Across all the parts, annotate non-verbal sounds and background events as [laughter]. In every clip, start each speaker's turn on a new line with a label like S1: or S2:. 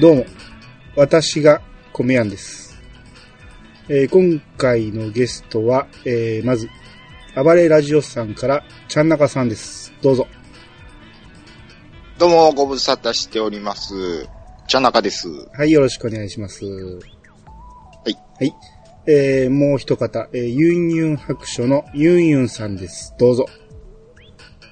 S1: どうも、私が米やんです。えー今回のゲストは、えーまず、暴れラジオさんから、ちゃんなかさんです。どうぞ。
S2: どうも、ご無沙汰しております。茶中です。。
S1: はい、よろしくお願いします。はいはい。えーもう一方、えーユンユン白書のユンユンさんです。どうぞ。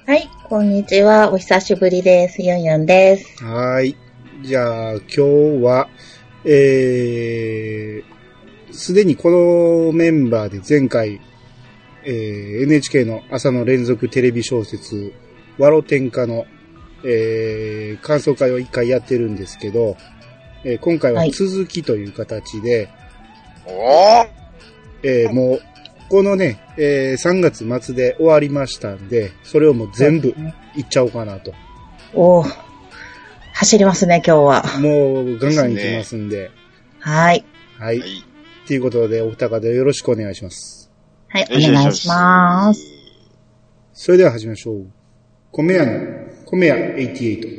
S3: はい、こんにちは。お久しぶりです。ゆんゆんです。
S1: はーい。じゃあ、今日は、えー、すでにこのメンバーで前回、えー NHK の朝の連続テレビ小説、ワロ天下の、えー感想会を一回やってるんですけど、えー今回は
S3: はい
S1: 続きという形で、
S2: おー
S1: えーもう、このね、えー3月末で終わりましたんで、それをもう全部いっちゃおうかなと。
S3: おー走りますね、今日は。
S1: もうガンガンいきますんで、
S3: はい。
S1: はい
S2: は。い。
S1: ということで、お二方よろしくお願いします。
S3: はい、お願いします。。
S1: それでは始めましょう。米屋の、米屋88。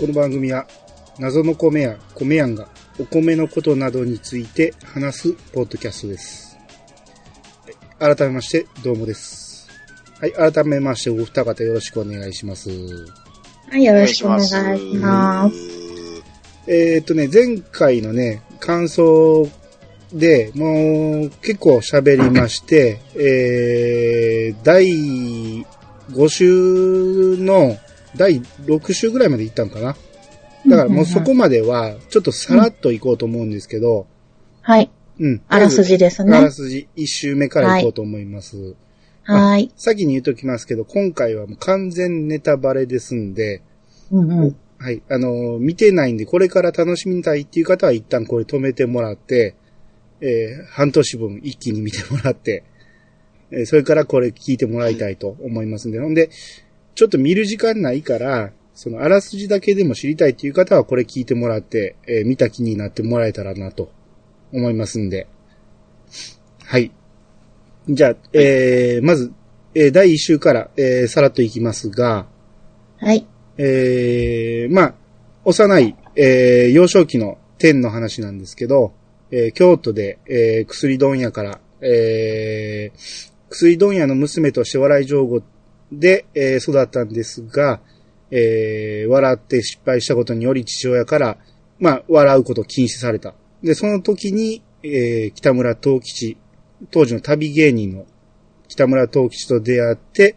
S1: この番組は謎の米や米やんがお米のことなどについて話すポッドキャストです。改めまして、どうもです。はい、改めまして、お二方よろしくお願いします。
S3: はい、よ
S2: お
S3: ろしくお願いします。
S1: えーっとね、前回のね、感想で、もう結構喋りまして、えー、第5週の第6週ぐらいまで行ったんかな。だからもうそこまでは、ちょっとさらっと行こうと思うんですけど、
S3: はい、
S1: うん。
S3: あらすじです
S1: あら
S3: ね。
S1: すじ1周目から行こうと思います。
S3: はい。
S1: 先に言うときますけど、今回はもう完全ネタバレですんで、
S3: うんうん。
S1: はい。あのー見てないんで、これから楽しみたいっていう方は一旦これ止めてもらって、えー半年分一気に見てもらって、えーそれからこれ聞いてもらいたいと思いますんで、ほんで、ちょっと見る時間ないから、そのあらすじだけでも知りたいっていう方はこれ聞いてもらって、えー見た気になってもらえたらなと思いますんで。はい。じゃあ、えーまず、えー第1週から、えーさらっといきますが、
S3: はい。
S1: えーまあ、幼い、えー幼少期の天の話なんですけど、えー京都で、えー薬問屋から、えー薬問屋の娘として笑い上手で、えー育ったんですが、えー笑って失敗したことにより父親から、まあ、笑うことを禁止された。で、その時に、えー北村東吉、当時の旅芸人の北村東吉と出会って、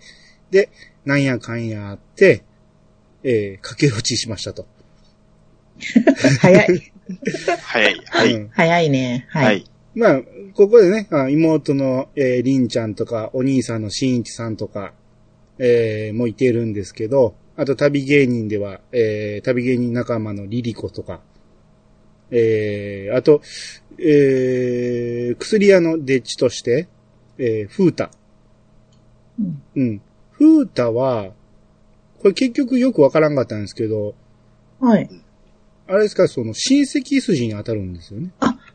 S1: で、なんやかんやあって、えー駆け落ちしましたと。
S3: 早い。
S2: はい、は
S1: う
S2: い、
S1: ん
S3: 早いね。は。
S2: はいい。
S1: まあ、ここでね、あ妹の、えー、りんちゃんとか、お兄さんのしんいちさんとか、えーもいてるんですけど、あと旅芸人では、えー旅芸人仲間のリリコとか、えーあと、えー薬屋のデッチとして、えー、フータ。
S3: うん
S1: うん。フータは、これ結局よくわからんかったんですけど、
S3: はい。
S1: あれですか、その親戚筋に当たるんですよね。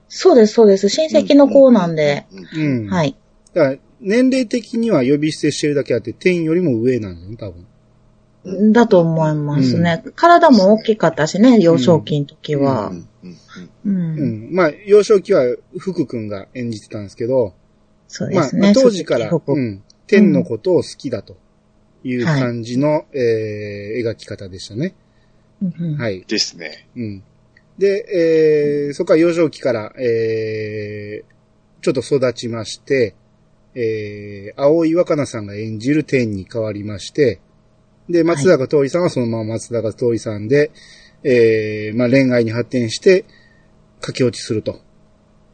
S3: そうです、そうです。親戚の子なんで。
S2: う。
S1: うんん。
S3: はい。
S1: だから、年齢的には呼び捨てしてるだけあって、天よりも上なんだよね、多分。
S3: だと思いますね。体も大きかったしね、幼少期の時
S2: う
S3: は。
S2: んうん
S3: う。
S1: うんん。まあ、幼少期は福君が演じてたんですけど、
S3: そうで
S1: まあ
S3: す、ね。
S1: 当時から、、
S3: そううん
S1: 天のことを好きだという感じの、えー描き方でしたね。
S3: うん
S1: はい。
S2: ですね。
S1: うん。で、えーそこから幼少期から、えーちょっと育ちまして、えー、青井若菜さんが演じる天に変わりまして、で、松坂桃李さんはそのまま松坂桃李さんで、えーまあ恋愛に発展して、駆け落ちすると。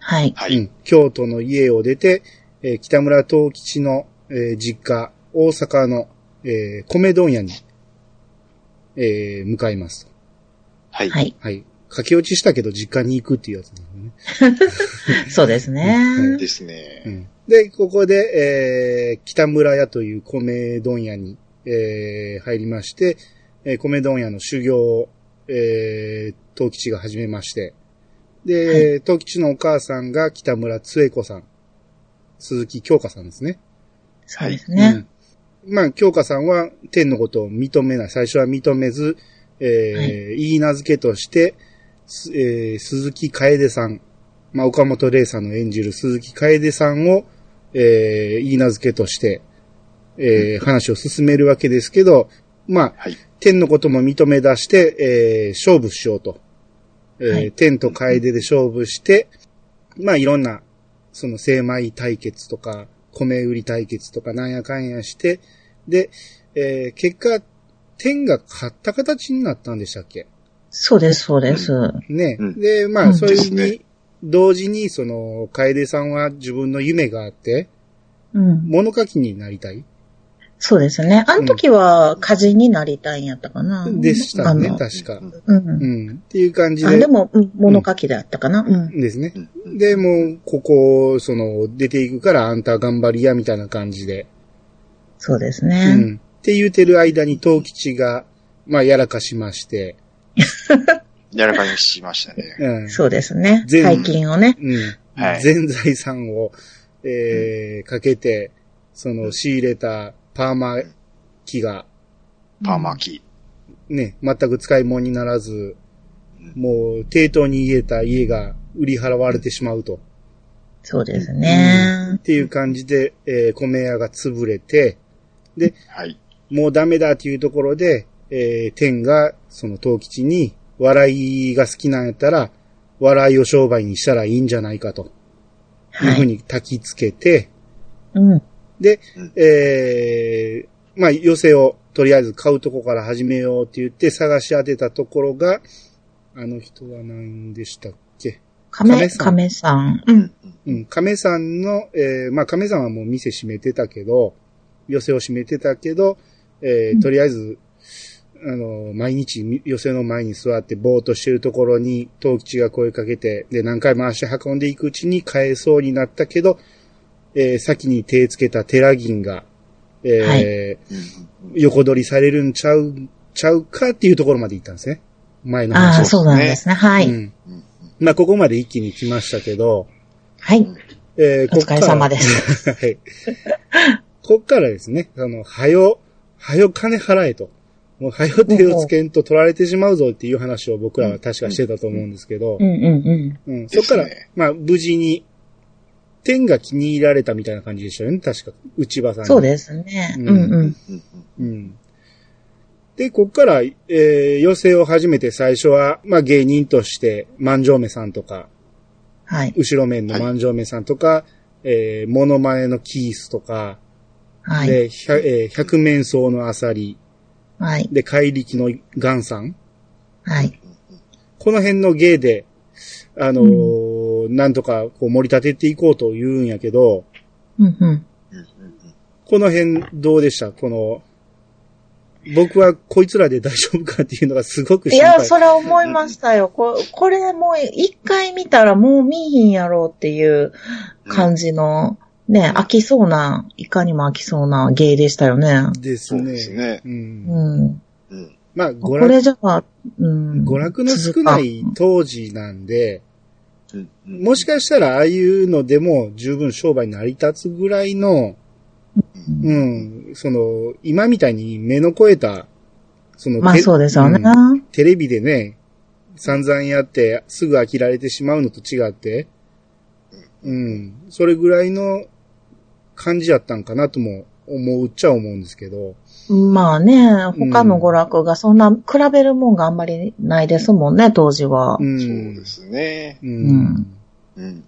S3: はい。
S2: は
S1: う
S2: い。
S1: ん、京都の家を出て、えー北村東吉の、えー実家、大阪の、えー米問屋に、えー向かいますと。
S2: はい。
S3: はい。
S1: はい。駆け落ちしたけど実家に行くっていうやつなんだね。
S3: そうですね。
S2: です
S1: う
S2: ね。
S1: ん。で、ここで、えー、北村屋という米問屋に、えー入りまして、えー米問屋の修行を、えー、東吉が始めまして、で、東吉のお母さんが北村つえ子さん、鈴木京香さんですね。
S3: そうですね。
S1: うん。まあ、京香さんは天のことを認めない。最初は認めず、えー
S3: はい
S1: いい名付けとして、すえー鈴木楓さん、まあ、岡本玲さんの演じる鈴木楓さんを、えー、いい名付けとして、えー話を進めるわけですけど、まあ、
S2: はい。
S1: 天のことも認め出して、えー勝負しようと。えー
S3: はい
S1: 天と楓で勝負して、まあいろんな、その精米対決とか、米売り対決とかなんやかんやして、で、えー結果、天が勝った形になったんでしたっけ
S3: そうです、そうです。
S1: ね、
S2: うん
S1: で、ま
S3: う
S1: あ、
S3: ん
S1: それ
S2: ですね
S1: に、同時に、その、楓さんは自分の夢があって、
S3: うん。
S1: 物書きになりたい
S3: そうですね。あの時は、歌人になりたいんやったかな。
S1: でしたね、
S3: あの
S1: 確か。
S3: うん
S1: う。ん。っていう感じ
S3: あ、で
S1: で、
S3: も、うん物書きであったかな。うん。
S1: ですね。
S2: うんうん
S1: で、もう、ここ、その、出ていくからあんた頑張りや、みたいな感じで。
S3: そうです
S1: う
S3: ね。。
S1: って言うてる間に、東吉が、まあ、やらかしまして。
S2: やらかにしましたね。
S1: うん。
S3: そうですね。
S1: 全
S3: 大金をね。
S1: うん。
S2: はい
S1: 全財産を、えー、かけて、その、仕入れたパーマ機が、
S2: パーマキ
S1: ね、全く使い物にならず
S2: うん、
S1: もう、抵当に言えた家が売り払われてしまうと。
S3: そうですね
S1: っ。ていう感じで、えー、米屋が潰れて、
S2: はい。
S1: もうダメだっていうところで、えー、天が、その東吉に、笑いが好きなんやったら、笑いを商売にしたらいいんじゃないかと、いう
S3: は
S1: ふう
S3: い。
S1: に焚きつけて、
S3: うん。
S1: で
S2: うん、
S1: えー、まあ、寄せをとりあえず買うとこから始めようって言って探し当てたところが、あの人は何でしたっけ亀
S3: 亀、
S1: さん
S3: 亀さん。うん。
S1: うん、亀さんの、えー、まあ、亀さんはもう店閉めてたけど、寄せを閉めてたけど、えー
S3: うん
S1: とりあえず、あの、毎日み寄せの前に座ってぼーっとしてるところに、東吉が声かけて、で、何回も足運んでいくうちに帰そうになったけど、えー先に手つけたテラギンが、えー横取りされるんちゃう、ちゃうかっていうところまで行ったんですね。前の話
S3: あ
S1: を
S3: あ、そうなんですね。は
S1: う
S3: い。
S1: ん。まあ、ここまで一気に来ましたけど、
S3: はい。
S1: えー
S3: お疲れ様で
S1: [laughs]
S3: す。
S1: はい。こっからですね、あの、はよ、はよ金払えと。もう、はよ手をつけんと取られてしまうぞっていう話を僕らは確かしてたと思うんですけど
S3: う、んうんうん。
S1: うん、そっから
S2: ですね、
S1: まあ、無事に、天が気に入られたみたいな感じでしたよね、確か、内場さんに。
S3: そうですね。
S1: う
S3: うんんうん。
S1: うん。で、こっから、えー、寄席を始めて最初は、まあ、芸人として、万丈目さんとか、
S3: はい。
S1: 後ろ面の万丈目さんとか、えー、モノマネのキースとか、
S3: はい。
S1: で、ひゃえー百面相のアサリ、
S3: はい。
S1: で、怪力のガンさん。
S3: はい。
S1: この辺の芸で、あのーなんとかこう盛り立てていこうと言うんやけど、
S3: うんうん。
S1: この辺どうでしたこの、僕はこいつらで大丈夫かっていうのがすごく
S3: い
S1: 心
S3: や、
S1: 配。
S3: それは思いました
S1: [laughs]
S3: よ。ここれもう一回見たらもう見ひんやろうっていう感じの、ね、飽きそうな、いかにも飽きそうな芸でしたよね。
S1: です
S2: そう
S1: ね。
S2: ですね。
S1: うん。
S3: うん。
S2: うん
S1: まあ、
S3: こ
S1: 娯
S3: れ
S1: 楽、
S3: じゃあ、うん。
S1: 娯楽の少ない当時なんで、
S2: うんうん
S1: もしかしたらああいうのでも十分商売に成り立つぐらいの、
S3: うん
S1: うん、その、今みたいに目の超えた、その、
S3: まあ
S1: テ
S3: そうですよね。
S1: うんテレビでね、散々やって、すぐ飽きられてしまうのと違って、うん、それぐらいの感じやったんかなとも思うっちゃ思うんですけど、
S3: まあね、他の娯楽がそんな、比べるもんがあんまりないですもんね、当時は
S1: う。ん、
S2: そうですね。
S1: うん、
S3: う
S1: うん
S3: ん、
S2: うん。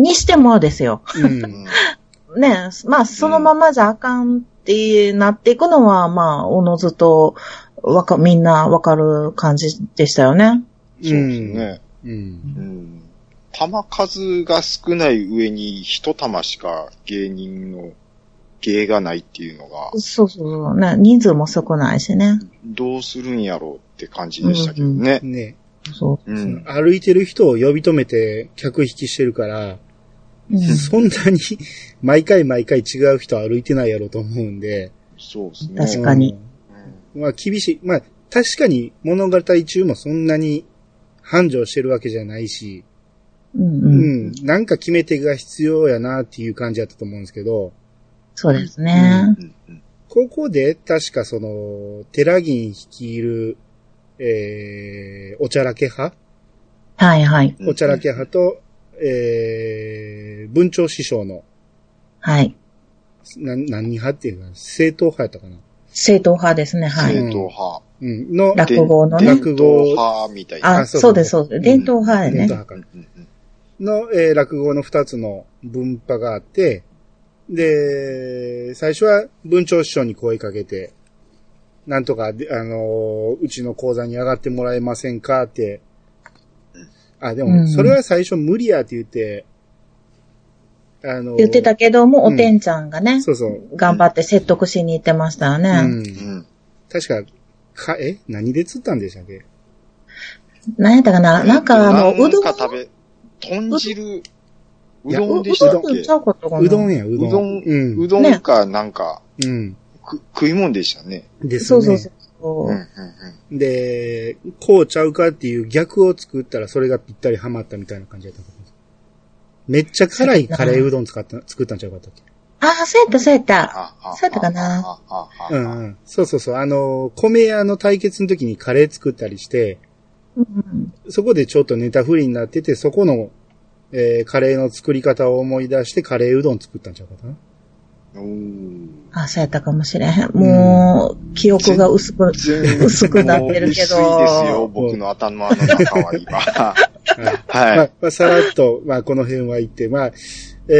S3: にしてもですよ。
S2: うん
S3: ね、まあそのままじゃあかんってなっていくのは、まあ、おのずと、わか、みんなわかる感じでしたよね。
S2: そうですね。
S1: うん、
S2: うん。玉数が少ない上に一玉しか芸人の芸がないっていうのが、
S3: そうそうそう、ね。人数も少ないしね。
S2: どうするんやろうって感じでしたけどね。
S1: ね、
S3: そ
S2: うん。
S1: その歩いてる人を呼び止めて客引きしてるから、
S3: う。うん、
S1: そんなに [laughs] 毎回毎回違う人歩いてないやろうと思うんで、
S2: そうですね。
S3: 確かに
S1: うん
S2: うん
S1: まあ厳しい。まあ確かに物語中もそんなに繁盛してるわけじゃないし、
S3: うん
S1: う
S3: うん。
S1: ん、なんか決め手が必要やなっていう感じだったと思うんですけど、
S3: そうですね。
S2: うんうん
S1: ここで確かその、テラギン率いる、えー、おちゃらけ派、
S3: はいはい。
S2: うん
S1: おちゃらけ派と、えー、文鳥師匠の、
S3: はい。
S1: な何派っていうか、正統派やったかな。
S3: 正統派ですね。は
S2: 正
S1: う
S3: い。
S1: ん
S2: 統派。
S1: うん、の、
S3: 落語の
S2: で
S3: ね。
S1: 落語
S2: 伝統派みたいな。
S1: あ
S3: あ、
S1: そう
S3: そ
S1: そ
S3: う
S1: う
S3: です、そうです。伝統派
S1: 伝
S3: で
S1: 統
S3: ね。
S1: 派か
S2: うんうん
S1: の、えー落語の二つの文派があって、で、最初は文鳥師匠に声かけて、なんとかで、あのーうちの講座に上がってもらえませんかって。あ、で
S3: う
S1: も、
S3: ん
S1: それは最初無理やって言って、あのー
S3: 言ってたけども、
S1: うん
S3: おてんちゃんがね、
S1: そうそう。
S3: 頑張って説得しに行ってましたよ
S1: う
S3: ね。
S1: ん。
S2: うん
S1: 確か、か、え何で釣ったんでしたっけ
S3: 何やったかななんか、あの、うどん
S2: なんか食べ、豚汁、う
S1: や
S2: どんで
S3: う
S2: したっ
S3: どん
S2: け
S3: ちゃうことかな
S1: うどんや、うどん。
S2: うどん
S1: う。
S2: うんどんかなんか、
S1: うん。
S2: く食い物でしたね。
S1: です
S3: そ
S1: ね。
S3: うそうそう。
S2: うんうん
S1: で、こうちゃうかっていう逆を作ったらそれがぴったりハマったみたいな感じだったと思います。めっちゃ辛いカレーうどん使った、作ったんちゃうかったっけ
S3: ああ、そうやった、そうやった。
S2: あ
S3: そうやったかな。
S2: ああああ
S1: うんうん。そうそうそう。あの、米屋の対決の時にカレー作ったりして、
S3: うん
S1: そこでちょっとネタ不利になってて、そこの、えーカレーの作り方を思い出してカレーうどん作ったんちゃうかな
S2: おー
S3: あ、そうやったかもしれへん。もう、記憶が薄く、
S2: 全
S3: 薄くなってるけど
S2: もう薄いですよ、僕の頭の中は
S1: は
S2: 今。
S1: いま
S2: は
S1: あ、まあ、さらっと、まあ、この辺は言って、まあ、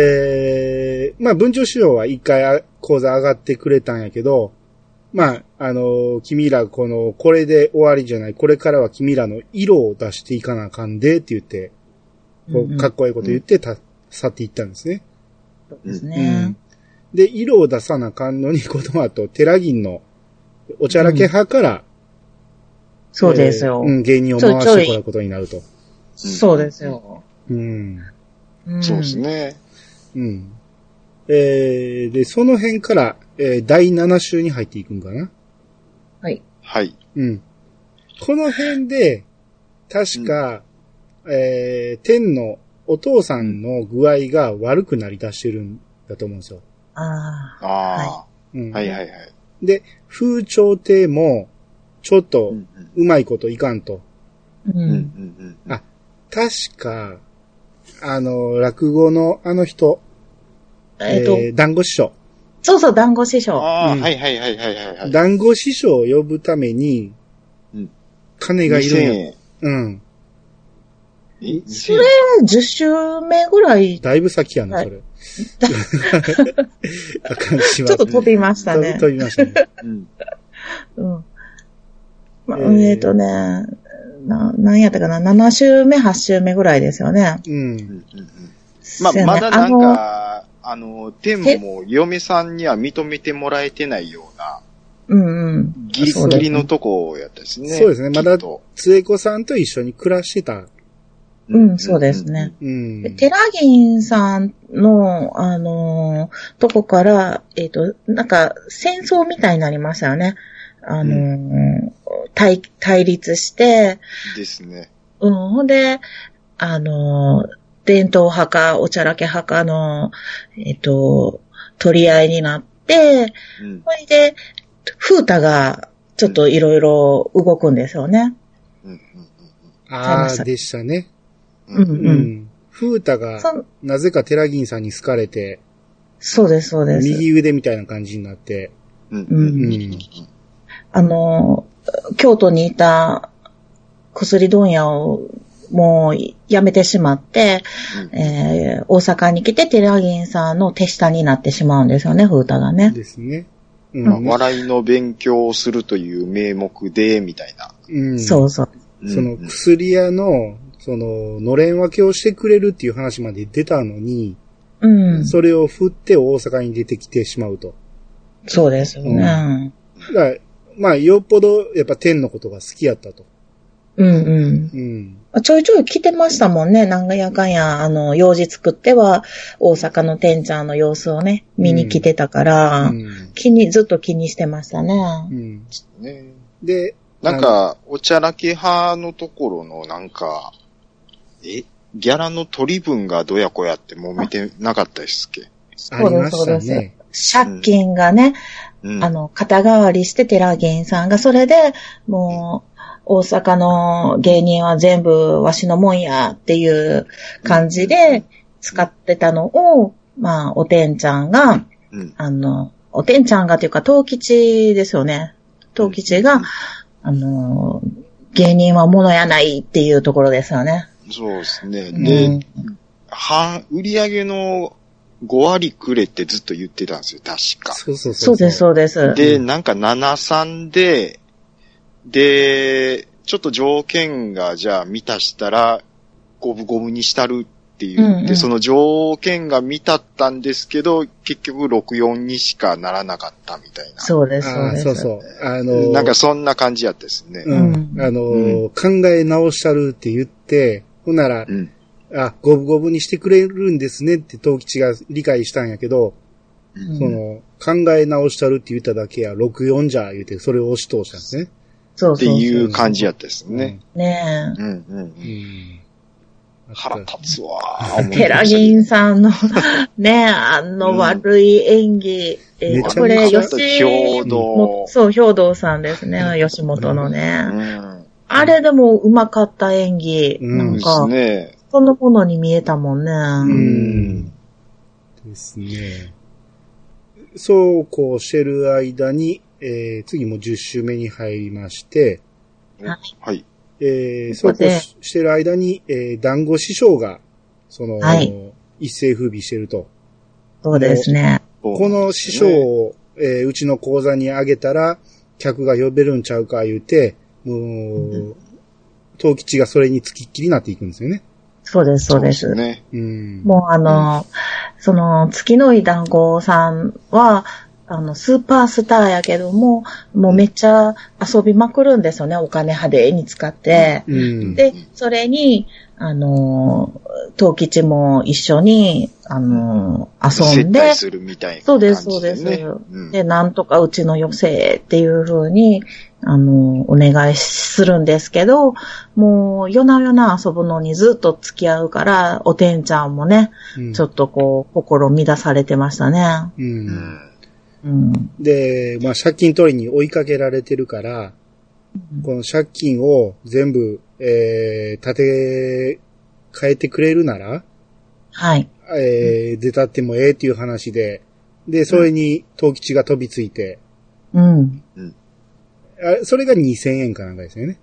S1: ええまあ、文鳥師匠は一回あ講座上がってくれたんやけど、まあ、あのー君ら、この、これで終わりじゃない、これからは君らの色を出していかなあかんで、って言って、こ
S3: うんう
S1: う、
S3: ん
S1: かっこいいこと言って、た、去っていったんですね。
S3: そうです
S1: う
S3: ね
S1: ん。で、色を出さなあかんのに、 [laughs] この後、寺銀の、おちゃらけ派から、
S3: そうですよ
S1: えー。うん、芸人を回してこらうことになると。
S3: そうですよ。
S1: うん。
S3: ん
S2: い。そうです。ね。
S1: うん。えー、で、その辺から、えー第7週に入っていくんかな。
S3: はい。
S2: はい。
S1: うん。この辺で、確か、えー、天のお父さんの具合が悪くなり出してるんだと思うんですよ。
S3: ああ。
S2: あ
S1: うん。
S2: あ。はいはいはい。
S1: で、風潮亭も、ちょっと
S2: う、んうん
S1: うまいこといかんと。
S3: う
S2: うんうん
S3: ん。
S2: うん
S1: あ確か、あの、落語のあの人、
S3: えっと、
S1: ー団子師匠。
S3: そうそう、団子師匠。
S2: ああ、
S1: うん
S2: はいはいはいはいはいはい。
S1: 団子師匠を呼ぶために
S2: うん、
S1: 金がい
S2: 2000
S1: るんや
S2: 円。
S1: うん。
S2: え
S3: そ
S2: 2000
S3: れ、10周目ぐらい、ち
S1: だいぶ先やな、
S3: はい
S1: それ。 [laughs] あかんしま
S3: ょっと飛びましたね。
S1: 飛びましたね。
S2: うん
S3: うん。まあ、
S1: えー
S3: えっ、とね、な、なんやったかな、7週目、8週目ぐらいですよね。
S1: うん
S2: う。んうんうんまあ、まだなん
S3: か、
S2: か、あの、天も嫁さんには認めてもらえてないような、
S3: うんうん。
S2: ギリ
S3: そう
S2: ギ
S3: で
S2: リ
S3: す
S2: のとこやったですね。
S1: そうですねまだ
S2: きっと
S1: つえこさんと一緒に暮らしてた。
S3: うん、そうですね。。
S1: うん。
S3: でテラギンさんの、あのーとこから、えっ、と、なんか、戦争みたいになりましたよね。あのー対、対立して、
S2: ですね。
S3: うん、ほんで、あのー伝統派か、おちゃらけ派かの、えっ、と、取り合いになって、
S2: うん
S3: それで、フータが、ちょっといろいろ動くんですよね。
S2: うんうん
S1: ああ、でしたね。
S2: うんうん
S3: う
S2: うんん
S1: う。ん。風太が、
S3: そ
S1: なぜか寺銀さんに好かれて、
S3: そうです、そうです。
S1: 右腕みたいな感じになって。
S2: うん
S3: う。
S1: うんん。
S3: あの、京都にいた薬問屋をもう辞めてしまって、えー大阪に来て寺銀さんの手下になってしまうんですよね、風太がね。
S1: ですね。
S2: まあ
S1: うん。
S2: 笑いの勉強をするという名目で、みたいな。
S1: うん。
S3: そうそう。
S1: その
S2: うん
S1: 薬屋の、その、のれん分けをしてくれるっていう話まで出たのに、
S3: うん。
S1: それを振って大阪に出てきてしまうと。
S3: そうですよね。
S1: だからまあ、よっぽど、やっぱ天のことが好きやったと。
S3: うんうん。
S1: うん。
S3: ちょいちょい来てましたもんね。なんやかんや、あの、用事作っては、大阪の店長の様子をね、見に来てたから、
S1: うん
S3: 気に、ずっと気にしてましたね。
S1: うん。
S2: ね。
S1: で、
S2: なんか、おちゃらけ派のところのなんか、え、ギャラの取り分がどやこやって揉めてなかったですっけ
S1: ありま
S3: そう
S1: し
S3: で
S1: た
S3: すそうで
S1: ね。
S3: す。借金がね、
S2: うん。
S3: あの、肩代わりして寺源さんが、それで、もう、大阪の芸人は全部わしのもんやっていう感じで使ってたのを、まあ、おてんちゃんが、
S2: うん、
S3: あの、おてんちゃんがというか、東吉ですよね。東吉が、あの、芸人は物やないっていうところですよね。
S2: そうですね。
S3: う
S2: で
S3: ん、
S2: 半、売り上げの5割くれってずっと言ってたんですよ、確か。
S1: そうそうそ
S3: そう
S1: う。
S3: です、
S1: う。
S3: そうです。
S2: で、なんか73で、で、ちょっと条件がじゃあ満たしたら、五分五分にしたるって言って、
S3: うんうん
S2: その条件が満たったんですけど、結局64にしかならなかったみたいな。
S3: そうです、そ
S1: あ
S3: う
S1: あ、
S3: です。
S1: そうそう。あの、
S2: なんかそんな感じやったですね。
S1: う
S3: うん
S1: ん。あのー、考え直したるって言って、ほんなら、
S2: うん。
S1: あ、五分五分にしてくれるんですねって東吉が理解したんやけど、
S3: うん
S1: その、考え直したるって言っただけや、64じゃ言うて、それを押し通したんですね。
S3: そう
S2: って
S3: そうそ
S2: いう感じやったですね。
S3: う。ねえ。
S2: うんうんう。
S1: うんん。
S2: 腹立つわ
S3: テラギン
S1: [laughs]
S3: さんのね、あの悪い演技。え
S1: めちゃめ
S3: ー
S1: ちゃ
S3: これ、
S2: よ
S3: 吉
S2: し。兵
S3: も
S2: 道。
S3: そう、兵道さんですね、吉本の
S2: う
S3: ね。
S2: ん。
S3: あれでもうまかった演技。
S1: うん
S3: なん
S2: です
S3: か、
S2: ね。
S3: そのものに見えたもん
S1: う
S3: ね。
S1: ん。ですね。そうこうしてる間に、えー、次も10周目に入りまして、
S2: はい。
S1: えー、そ
S3: ここ
S1: うこう
S3: で
S1: ししてる間に、えー、団子師匠が、その、
S3: はい
S1: 一世風靡してると。
S3: そうですね。
S1: この師匠を、えーうちの講座にあげたら、客が呼べるんちゃうか言うて、もう、東吉がそれにつきっきりになっていくんですよね。
S3: そうです、そうです。
S2: ね。
S1: うん。
S3: もうあの、その、月のい団子さんは、あの、スーパースターやけども、もうめっちゃ遊びまくるんですよね、お金派手に使って。
S1: うん。
S3: で、それに、あのー、東吉も一緒に、あのー、遊ん
S2: 接
S3: で
S2: 待、するみたいな
S3: そ
S2: 感じで、ね。
S3: うです、そうです。
S2: うん
S3: で、なんとかうちの余生っていう風に、あのー、お願いするんですけど、もう、夜な夜な遊ぶのにずっと付き合うから、おてんちゃんもね、
S1: うん
S3: ちょっとこう、心乱されてましたね。
S1: う。
S2: うんん
S3: うん。
S1: で、まあ、借金取りに追いかけられてるから、この借金を全部、えー、立て、変えてくれるなら、
S3: はい。
S1: えー、出たってもええっていう話で、で、それに、東吉が飛びついて、
S3: うん。
S1: あそれが2000円かなんかですよね。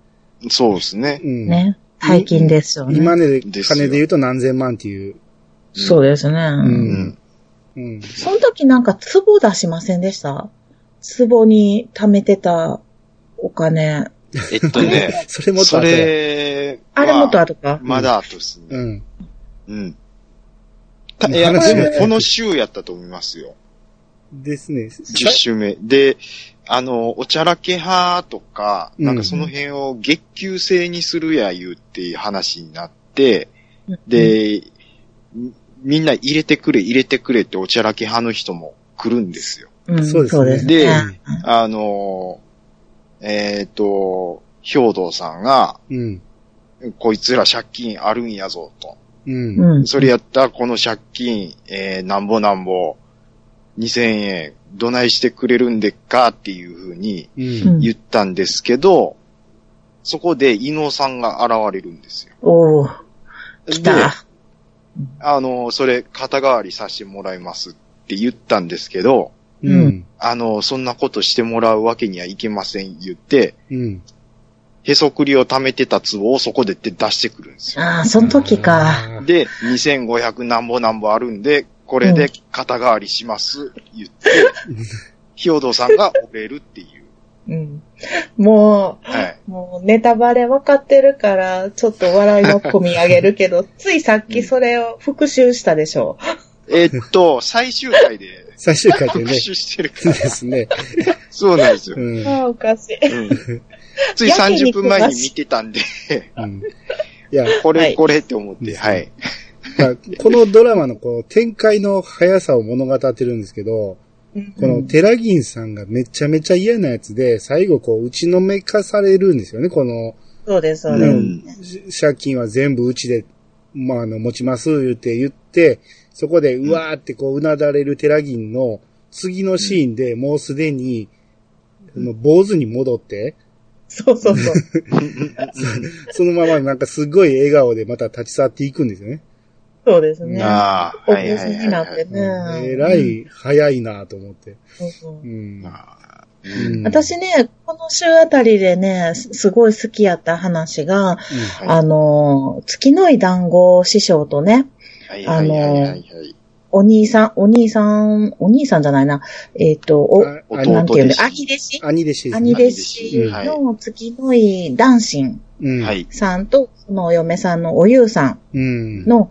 S2: そうですね。
S1: うん。
S3: ね。大金ですよね。
S1: 今ね、
S2: ですよ
S1: 金で言うと何千万っていう。
S3: そうですね。
S1: うん
S2: うん。
S1: うん。
S3: その時なんか壺出しませんでした壺に貯めてたお金。
S2: えっとね、
S1: それもっと
S2: そ
S1: 後や
S2: れは、
S3: あれもっとあるか
S2: まだ後です
S1: う
S2: ね。
S1: ん。
S2: うん。
S1: うん
S2: いや、
S1: 話
S2: で
S1: が
S2: もこの週やったと思いますよ。
S1: ですね。
S2: 10週目。で、あの、おちゃらけ派とか、
S1: うん
S2: なんかその辺を月給制にするや言うっていう話になって、で、みみんな入れてくれ、入れてくれっておちゃらけ派の人も来るんですよ。
S3: うん、
S1: そうですね
S3: そうですね。
S2: であの、えっ、と、兵道さんが、
S1: うん。
S2: こいつら借金あるんやぞと。
S1: うん。
S3: うん。
S2: それやったらこの借金、えー、なんぼなんぼ、2000円、どないしてくれるんでっかっていうふうに
S1: うん。
S2: 言ったんですけど、そこで伊能さんが現れるんですよ。
S3: おー来
S2: で
S3: た。
S2: あの、それ、肩代わりさせてもらいますって言ったんですけど、
S1: う。
S3: うん
S2: あの、そんなことしてもらうわけにはいけません言って、
S1: うん。
S2: へそくりを溜めてた壺をそこで出してくるんですよ。
S3: ああ、その時か。
S1: あー。
S2: で、2500なんぼなんぼあるんで、これで肩代わりします、言って、兵道さんが折れるっていう。
S3: うん。も
S2: はい。
S3: う、もうネタバレ分かってる
S2: [laughs]
S3: から、ちょっと笑いを込み上げるけど、ついさっきそれを復習したでしょ。
S2: えっと、最終回で
S1: 最終回で
S2: 復 [laughs]
S1: ね。
S2: 習してるか
S1: [laughs] そう
S2: ら。
S1: ですね。
S2: そうなんですよ。
S1: うん。
S3: ああ、おかしい。
S2: うんつい30分前に見てたんで、
S1: うんいや、
S2: こ
S3: は
S2: れ
S3: い
S2: これって思って、はい。
S1: まあこのドラマのこう展開の速さを物語ってるんですけど、このテラギンさんがめちゃめちゃ嫌なやつで、最後こう打ちのめかされるんですよね、この、
S3: そうです、そううんで
S1: うん、
S3: す。
S1: 借金は全部うちで、まあ、あの、持ちます、言って言って、そこで、
S2: ん
S1: うわーってこう、うなだれるテラギンの、次のシーンでもうすでに、その、坊主に戻って、
S3: そうそうそう。
S1: そのままなんかすごい笑顔でまた立ち去っていくんですよね。
S3: そうですね。
S2: ああ、
S3: お
S2: はい
S3: 坊
S2: は
S3: 主
S2: いは
S3: に
S2: い
S3: な
S2: は
S3: って
S2: い。
S1: うん、
S3: ね。
S1: えらい、早いなと思って。
S3: そうそう
S1: うん。
S2: あ
S1: うん
S3: 私ね、この週あたりでね、すすごい好きやった話が、
S2: はい
S3: あの、月のい団子師匠とね、
S2: はいはいはいはいはい。
S3: お兄さん、お兄さん、お兄さんじゃないな、えっ、と、お、
S1: あ
S2: お
S1: 兄
S3: なんていうの、
S2: 弟子
S3: 兄弟子
S1: 兄弟子ですね。
S3: 兄弟子の月のい男神
S1: うん。
S2: はい。
S3: さんと、そのお嫁さんのおゆうさ
S1: うん
S3: ん。の、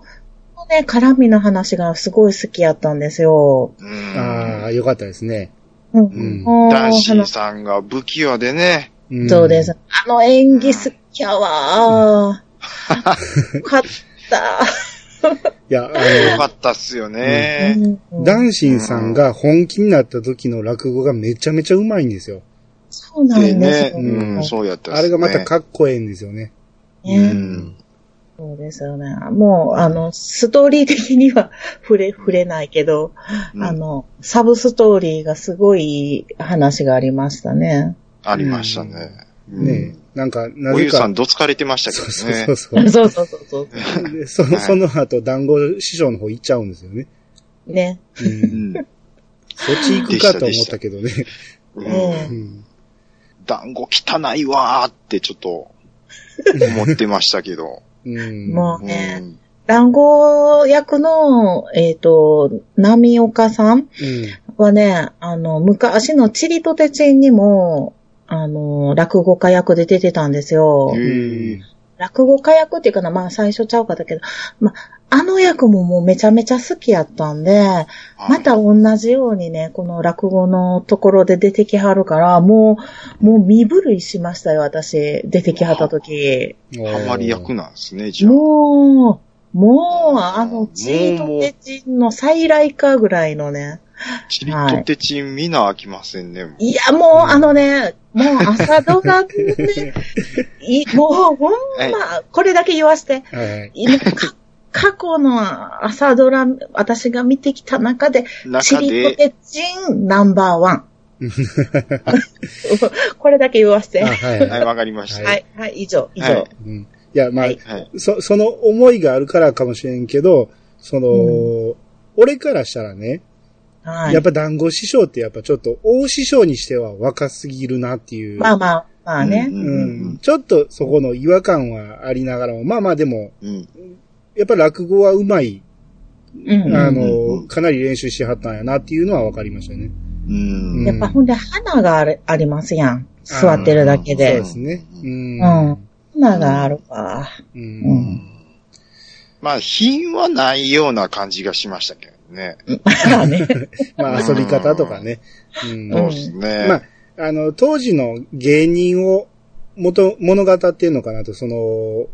S3: このね、絡みの話がすごい好きやったんですよ。
S2: うん
S1: ああ、よかったですね。
S3: うん
S2: うん
S3: この
S2: 男子
S3: 話
S2: さんが不器用でね。
S1: うん
S3: そうです。。あの演技好きやわー。よかった。
S1: いや、あ
S2: よ
S1: の、
S2: かったっすよね。
S3: うん
S1: 男神さんが本気になった時の落語がめちゃめちゃうまいんですよ。
S3: そうな
S2: で
S3: んで
S2: ね
S3: す、よ。
S2: うん、そうやったっすね
S1: あれがまたかっこええんですよね。
S2: う
S3: ね
S2: ん。
S3: そうですよね。もう、あの、ストーリー的には触れ、 [laughs] 触れないけど、
S2: うん
S3: あの、サブストーリーがすごい話がありましたね。
S2: ありましたね。うん
S1: ねえなんか、な
S2: おゆ
S1: ぜ
S2: うさ
S1: か
S2: ん、。どつかれてました
S1: そう
S2: け
S1: そう
S2: ど
S1: そ
S2: ね
S1: う。そう。
S3: [laughs] そうそうそうそう。
S1: でそ
S2: はい
S1: その後、団子師匠の方行っちゃうんですよね。
S3: ね。
S1: う、
S2: うんん。
S1: そっち行くかと思ったけどね。
S2: うん
S3: う
S1: うん
S2: 団子汚いわーってちょっと思ってましたけど。
S1: うん
S3: もう
S2: う
S3: ね、
S2: ん。
S3: 団子役の、えっ、と、波岡さん
S1: うん
S3: はね、あの、昔のチリとテチンにも、あの、落語家役で出てたんですよ
S1: う
S2: へ。ー
S1: ん
S3: 落語家役っていうかな、まあ最初ちゃうかったけど、まあ、あの役ももうめちゃめちゃ好きやったんで、また同じようにね、この落語のところで出てきはるから、もう、もう身震いしましたよ、私。出てきはった時。
S2: ハマり役なんですね、じゃあ。
S3: もう、もう、あの、チートテチンの再来かぐらいのね。
S2: チリットテチン見な飽きませんね、もう
S3: いや、もう、あのね、もう、朝ドラ [laughs] ね、いもう、ほんま、これだけ言わして。
S1: はいはい。[laughs]
S3: 今、か過去の朝ドラ、私が見てきた中で、チ
S2: 中
S3: リ
S2: で、
S3: コテチンナンバー
S1: [laughs]
S3: ワン。これだけ言わせて。
S1: あ
S3: は
S1: はい
S2: は、
S1: はい
S2: [laughs]
S1: い。
S2: わかりまし
S1: は
S2: た。
S3: い、はい、以上、以上。
S2: はい
S1: うんいや、まあ
S3: は、い
S2: はい。
S1: そ、その思いがあるからかもしれんけど、その、俺からしたらね、
S3: はい。
S1: やっぱ団子師匠ってやっぱちょっと大師匠にしては若すぎるなっていう。
S3: まあまあ、まあね。
S2: うん
S1: う
S2: うん
S1: ん。ちょっとそこの違和感はありながらも、まあまあでも、
S2: うん。
S1: やっぱ落語は上手い、
S3: うん。
S1: あ
S2: うんうんう
S1: の
S2: ん、
S1: かなり練習しはったんやなっていうのは分かりましたね。
S2: うん。
S3: やっぱほんで、花があるありますやん。座ってるだけ
S1: そう
S3: で
S1: で。すね。う
S3: うん
S1: ん。
S3: 花があるわ。
S1: うん
S3: う
S2: まあ、品はないような感じがしましたけどね。
S3: まあね。
S1: まあ遊び方とかね。う。
S2: そうんです
S1: まあ
S2: ね。、
S1: あの、当時の芸人を元、物語ってんのかなと、その、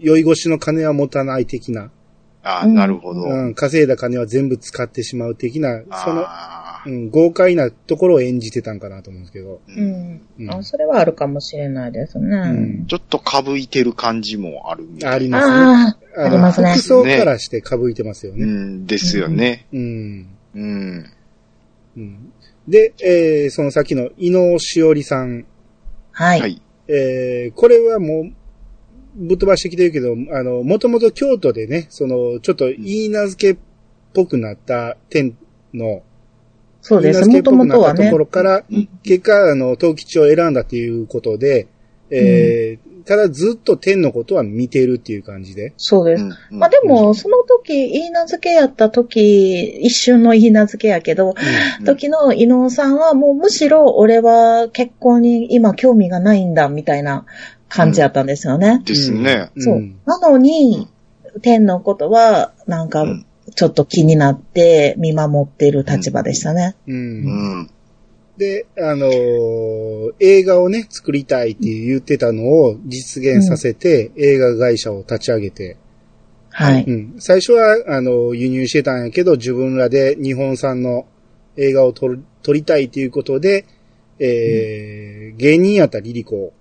S1: 酔い越しの金は持たない的な、
S2: ああ、なるほど。
S1: うん、稼いだ金は全部使ってしまう的な、その、
S2: ああ
S1: うん、豪快なところを演じてたんかなと思うんですけど。
S2: う
S3: うんん。
S1: うん
S3: あそれはあるかもしれないですね。
S1: ん
S2: ちょっとかぶいてる感じもあるみた
S1: あ
S2: い
S1: り
S2: な。
S1: ますね。
S3: ああ、
S1: あ
S3: ありますね
S1: 服装からして被いてますよ
S2: う
S1: ね。
S2: ん、ですよね。
S1: うん。
S2: うん。
S1: うんで、えーその先の伊野しおりさん。
S3: は。
S2: はいい。
S1: えーこれはもう、ぶっ飛ばしてきてるけど、あの、もともと京都でね、その、ちょっと言い名付けっぽくなった天の、
S3: そう
S1: 言
S3: で
S1: い名
S3: す。
S1: 付けっ
S3: も
S1: ぽ
S3: と
S1: く
S3: も
S1: な
S3: と
S1: った
S3: は
S1: と
S3: ね
S1: こ。ろから、
S3: うん
S1: 結果、あの、東吉を選んだということで、えーただずっと天のことは見てるっていう感じで。
S3: [laughs] そうです。
S2: うん
S3: まあで、も、その時、言い名付けやった時、一瞬の言い名付けやけど、
S2: うん
S3: 時の伊能さんはもうむしろ俺は結婚に今興味がないんだみたいな感じやったんですよね。
S2: ですね。
S1: うん
S3: そう。なのに、天のことはなんか
S2: うん
S3: ちょっと気になって見守っている立場でしたね。
S1: う。
S2: うんん。
S1: で、あのー映画をね、作りたいって言ってたのを実現させて、映画会社を立ち上げて、
S3: は
S1: う
S3: い。
S1: ん。最初は、あの、輸入してたんやけど、自分らで日本産の映画を撮る撮りたいということで、えー芸人やったリリコを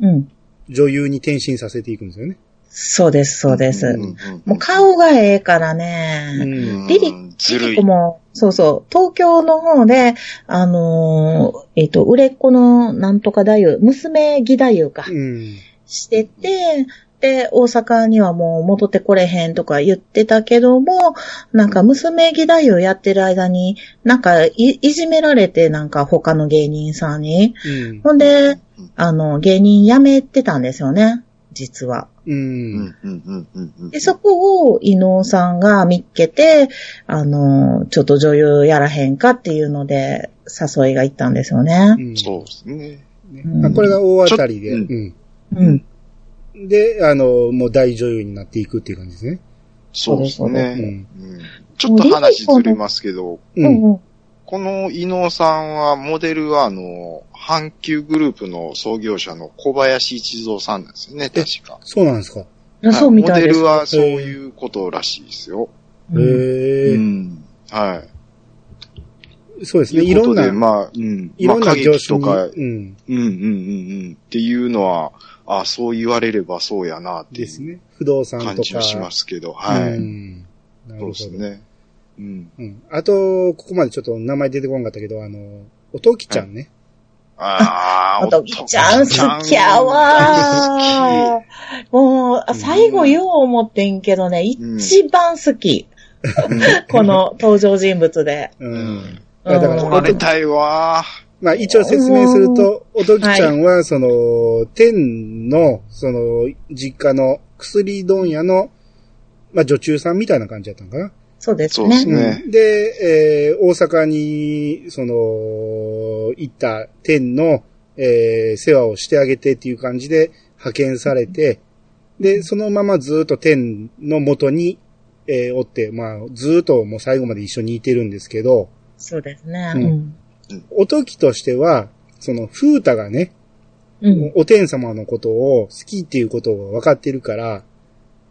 S3: うん。
S1: 女優に転身させていくんですよね。
S3: そうです、そうで
S2: う
S3: す。
S2: んうん
S3: もう顔がええから
S1: う
S3: ね。
S1: ん。
S3: リリ
S2: うんずるい
S3: 僕。も、そうそう、東京の方で、あのーえっ、と、売れっ子のなんとか太夫、娘義太夫か、
S1: うん。
S3: してて、で、大阪にはもう戻ってこれへんとか言ってたけども、なんか娘義太夫やってる間に、なんかいいじめられて、なんか他の芸人さんに。
S1: うん。
S3: ほんで
S2: うん、
S3: あの、芸人辞めてたんですよね、実は。
S1: う。
S2: うんんうんうんうんうん
S3: で、そこを伊能さんが見っけて、あの、ちょっと女優やらへんかっていうので、誘いが行ったんですよね。
S1: うん
S2: そうですね。
S1: ねあこれが大当たりで、
S2: ちょっ
S1: う
S2: と
S3: うん。
S1: ん。で、あの、もう大女優になっていくっていう感じですね。
S2: そうです
S1: うん。
S2: ね。うんちょっと話ずれますけど、
S1: う。
S3: うんん。
S2: この伊能さんは、モデルは、あの、阪急グループの創業者の小林一三さんなんですよね、確か。
S1: そうなんですか。
S3: うん。そうみたいで
S2: モデル
S3: す。
S2: はそういうことらしいですよ。
S1: へ
S3: うん
S1: え。
S2: ん。はい。
S1: そうです
S2: と
S1: ね。い
S2: いうこ
S1: ろ
S2: と
S1: んな
S2: で、、まあ、うん。
S1: いろん
S2: まあ
S1: な
S2: 過
S1: 業
S2: 激
S1: 種
S2: と
S1: に、
S2: か、
S1: うん。
S2: うんうんうんうん。っていうのは、あそう言われればそうやな、ってい
S1: です
S2: う
S1: ね。不動産とか。
S2: 感じはしますけど、は
S1: う
S2: い。
S1: ん。なる
S2: そ
S1: ほ
S2: う
S1: ど。
S2: ですね。うん。
S1: うん。あと、ここまでちょっと名前出てこなかったけど、あの、おときちゃんね。
S2: ああ、
S3: おときちゃん好きやわー。もう、あ最後よう思ってんけどね、
S2: うん
S3: 一番好き。
S2: 好き。
S3: この登場人物で。
S1: う。
S2: うんん。
S1: あだから
S3: うん
S2: 取られたいわ
S1: まあ一応説明すると、おときちゃんは、その、天の、その、実家の薬問屋の、まあ女中さんみたいな感じだったのかな。
S3: そうです
S2: そうです
S3: ね。
S2: ね
S1: うんで、えー大阪に、その、行った天の、えー世話をしてあげてっていう感じで派遣されて、で、そのままずっと天の元に、えーおって、まあ、ずっともう最後まで一緒にいてるんですけど、
S3: そうですね。
S1: う
S3: うんん。
S1: おときとしては、その、風太がね、
S3: うん。
S1: お天様のことを好きっていうことを分かってるから、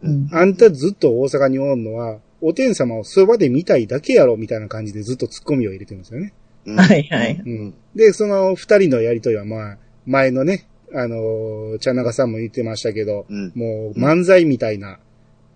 S3: うん
S1: あんたずっと大阪におんのは、お天様をそばで見たいだけやろみたいな感じでずっと突っ込みを入れてるんですよね。
S2: ー。
S3: はいはい。
S1: うん。で、その二人のやりとりはまあ、前のね、あのー、茶中さんも言ってましたけど、
S2: うん。
S1: もう漫才みたいな、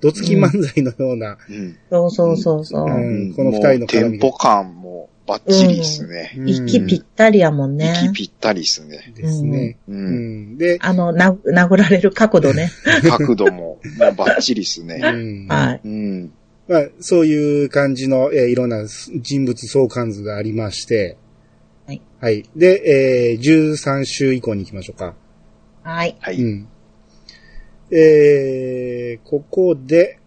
S1: どつき漫才のような、
S2: うん。
S3: そうそうそうそうう。
S1: んこの二人の絡み
S2: テンポ感もバッチリですね。
S1: うん
S3: 息ぴったりやもんね。
S2: 息ぴったりですね。
S1: ですね。
S2: う。
S1: うんん。で、
S3: あの、な、殴られる角度ね。
S2: 角度も、もうバッチリです
S1: う
S2: ね。
S1: ん。ま
S3: はい。
S2: うん。
S1: あ、そういう感じの、えーいろんな人物相関図がありまして、
S3: はい。
S1: はい。で、えー、13週以降に行きましょうか。
S3: はい。
S2: は
S1: う
S2: い。
S1: ん。えー、ここで、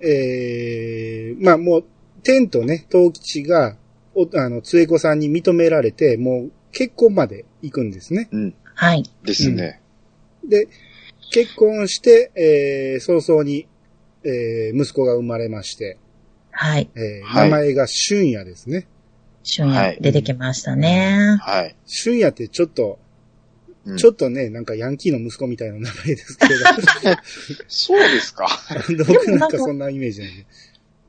S1: えー、まあもう、天とね、東吉が、お、あの、つえこさんに認められて、もう結婚まで行くんですね。
S2: うん。
S3: はい。
S2: ですね。
S1: で、結婚して、えー、早々に、えー、息子が生まれまして、
S3: はい。
S1: えー、
S2: はい
S1: 名前が俊也ですね。
S3: 瞬夜
S2: はい
S3: 出てきましたね。
S2: はい。
S1: 俊也ってちょっと、
S2: うん
S1: ちょっとね、なんかヤンキーの息子みたいな名前です
S2: [laughs]
S1: けど、
S2: そうですか。
S1: 僕なんかそんなイメージない。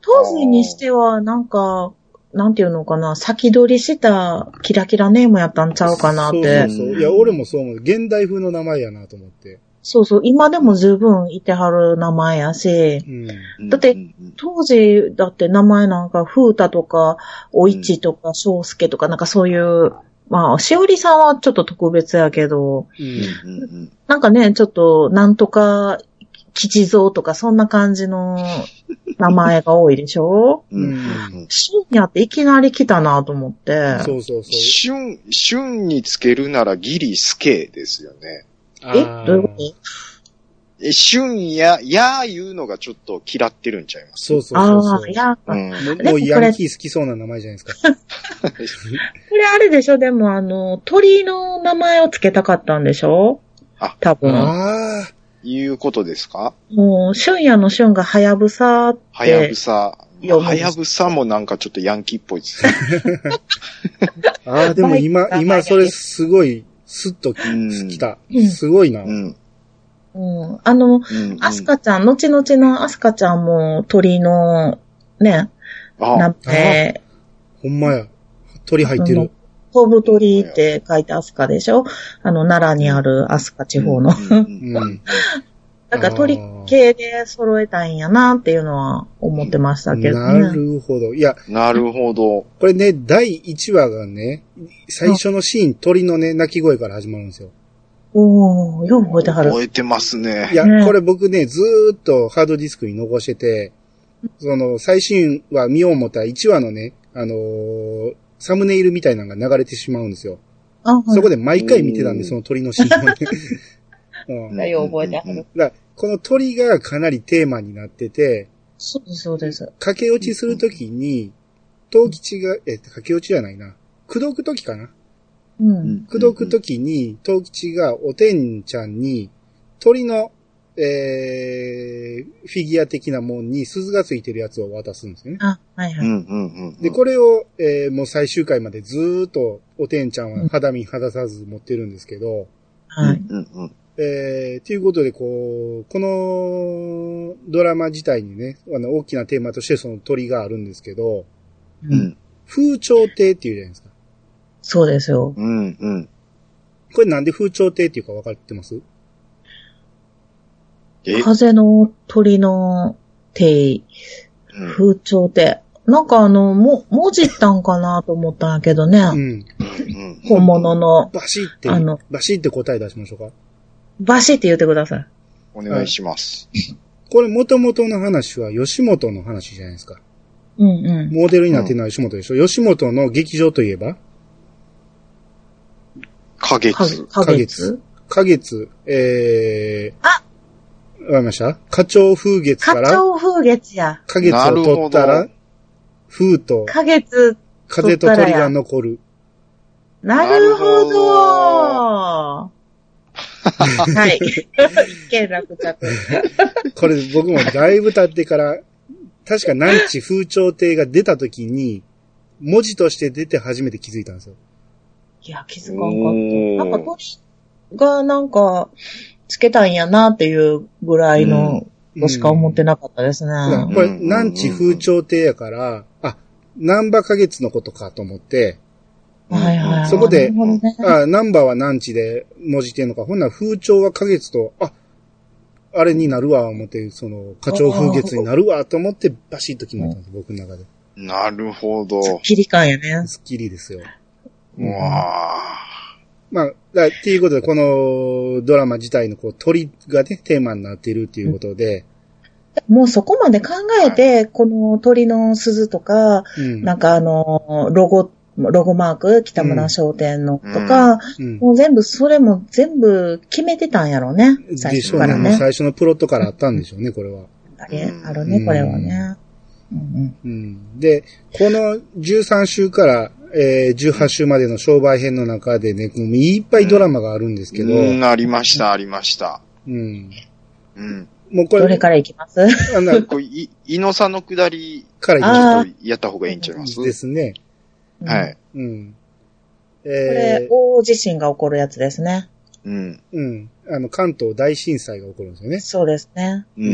S3: 当時にしては、なんか、なんていうのかな、先取りしたキラキラネームやったんちゃうかなっ
S1: そう
S3: て。
S1: そうそう。いや、俺もそう思う。現代風の名前やなと思って。
S3: そうそう、今でも十分いてはる名前やし
S1: う、ん。
S3: [laughs] だって
S2: うんうん
S3: 当時だって名前なんか、風太とか、お市とか、章介とか、なんかそういう、まあ、しおりさんはちょっと特別やけど、
S1: うん。
S2: うんうんうん
S3: なんかね、ちょっと、なんとか、吉蔵とか、そんな感じの名前が多いでしょ
S2: うんうんうん
S3: 深夜っていきなり来たなと思って。
S1: そうそうそう。
S2: 旬、旬につけるならギリスケですよね。
S3: え
S1: あー
S3: どういうこと
S2: え、旬や、やーいうのがちょっと嫌ってるんちゃいます
S1: そうそうそう
S3: あ
S1: そ
S3: あ、いや、
S2: う
S3: こ
S2: ん。
S1: う。もうもうヤンキー好きそうな名前じゃないですか。
S3: れあれでしょでもあの、鳥の名前を付けたかったんでしょ
S2: あ
S3: 多分。
S1: ああ。
S2: いうことですか
S3: もう、春夜の春がはやぶさっ
S2: はやぶ
S3: て
S2: さ。
S3: 読む
S2: は
S3: んで
S2: や
S3: す。
S2: ぶさもなんかちょっとヤンキーっぽいです
S3: [laughs]
S2: ね。
S1: ああ、でも今、
S3: バイク
S1: 今それすごい、スッとき
S2: うん
S1: 来た
S3: う。ん
S1: すごいな。
S2: うん。
S3: うん。あの、
S2: うん。
S3: アスカちゃん、後々のアスカちゃんも鳥の、ね、名
S2: あ、
S3: 前、
S1: ほんまや。鳥入ってる。
S3: 東部鳥って書いてアスカでしょあの、奈良にあるアスカ地方の。
S2: うんう
S1: うんん。
S3: だから鳥系で揃えたいんやなっていうのは思ってましたけど
S1: な
S3: ね。
S1: るほど。いや、
S2: なるほど。
S1: これね、第1話がね、最初のシーン、鳥のね、鳴き声から始まるんですよ。
S3: おー、よく覚えてはる。
S2: 覚えてますね。
S1: いや、
S3: ね
S1: これ僕ね、ずーっとハードディスクに残してて、その、最新話見よう思ったら1話のね、あのーサムネイルみたいなのが流れてしまうんですよ。
S3: あ、
S1: そこで毎回見てたんで、
S2: うん
S1: その鳥のシーンをね。 [laughs] うんだ
S2: うん
S1: か
S3: だよ覚えては
S2: うん
S3: る。
S1: ら、この鳥がかなりテーマになってて、
S3: そうです、そうです。
S1: 駆け落ちするときに、東吉が、え、駆け落ちじゃないな。口説くときかな
S3: う。
S2: うんん
S1: 口説くときに、東吉がおてんちゃんに、鳥の、えー、フィギュア的なもんに鈴がついてるやつを渡すんですよね。
S3: あ、はいは
S2: う
S3: い。
S2: んうんうん。
S1: で、これを、えーもう最終回までずーっとおてんちゃんは肌身肌さず持ってるんですけど、
S2: うん
S3: はい。
S2: うんうん。
S1: えー、ということで、こう、このドラマ自体にね、あの、大きなテーマとしてその鳥があるんですけど、
S2: う
S3: うん
S2: ん
S1: 風潮亭っていうじゃないですか。
S3: そうですよ。
S2: うんうん。
S1: これなんで風潮亭っていうか分かってます
S2: え、
S3: 風の鳥の手、
S2: うん
S3: 風潮って。なんかあの、も、文字ったんかなと思ったんやけどね。
S1: うん。
S2: うんうん
S3: 本物の。
S1: バシって、
S3: あの
S1: バシって答え出しましょうか。
S3: バシって言ってください。
S2: お願いします。
S1: これ元々の話は吉本の話じゃないですか。
S3: うんうん。
S1: モデルになってるのは吉本でしょ、吉本の劇場といえば、
S2: か月。
S3: か、か月
S1: 花月、えー、
S3: あ
S1: わかりました花鳥風月か
S3: 花
S1: ら、
S3: 鳥風月や。
S1: 花月を取った
S2: な
S1: ら
S2: る、
S1: 風と
S3: 花月。
S1: 風と鳥が残る。
S3: なる
S1: [laughs]
S3: ほ
S2: なるほど
S3: ど。はい。一見落着。
S1: これ僕もだいぶ経ってから、確か南地風潮亭が出た時に、文字として出て初めて気づいたんですよ。
S3: いや、気づかんかった。なんか
S2: おー
S3: 鳥がなんか、つけたんやなっていうぐらいのことしか思ってなかったですね。
S1: うんこれ、南地風潮亭やから、あ、南波花月のことかと思って、
S3: はいはい。
S1: そこで
S3: なるほどね
S1: あ、南波は南地で文字ってんのか、ほんなら風潮は花月と、あ、あれになるわ、思って、その、花鳥風月になるわ、と思って、バシッと決まったんです、僕の中で。
S2: なるほど。
S3: すっきり感やね。
S1: スッキリですよ。
S2: うわあ。
S1: まあ、だっていうことで、このドラマ自体のこう鳥がね、テーマになっているっていうことで、
S3: もうそこまで考えて、この鳥の鈴とか、
S1: うん。
S3: なんかあの、ロゴ、ロゴマーク、北村商店のとか、
S1: うん
S3: もう全部、それも全部決めてたんやろうね。最
S1: でし
S3: 初
S1: ょ
S3: か
S1: うね。
S3: ら
S1: もう
S3: ね。
S1: 最初のプロットからあったんでしょうね、これは。
S3: あれ、あるね、これはね。うん
S1: うん。で、この13週から、えー18週までの商売編の中でね、もういっぱいドラマがあるんですけど、
S2: うん、ありました、ありました。
S1: うん。
S2: うん。
S1: もうこ
S3: うん。どれ
S1: れ、
S3: からいきます
S1: あの、
S2: これ、い、いのさんのくだり、
S1: から
S2: ち
S1: 言
S2: ょ
S1: う
S3: あ
S2: っとやった方がいいんちゃいます
S1: とですね。
S2: はい。
S1: うん。え
S3: これ、大地震が起こるやつですね。
S2: うん。
S1: ー、うん。あの、関東大震災が起こるんですよね。
S3: そうですね。
S2: うん、うん、う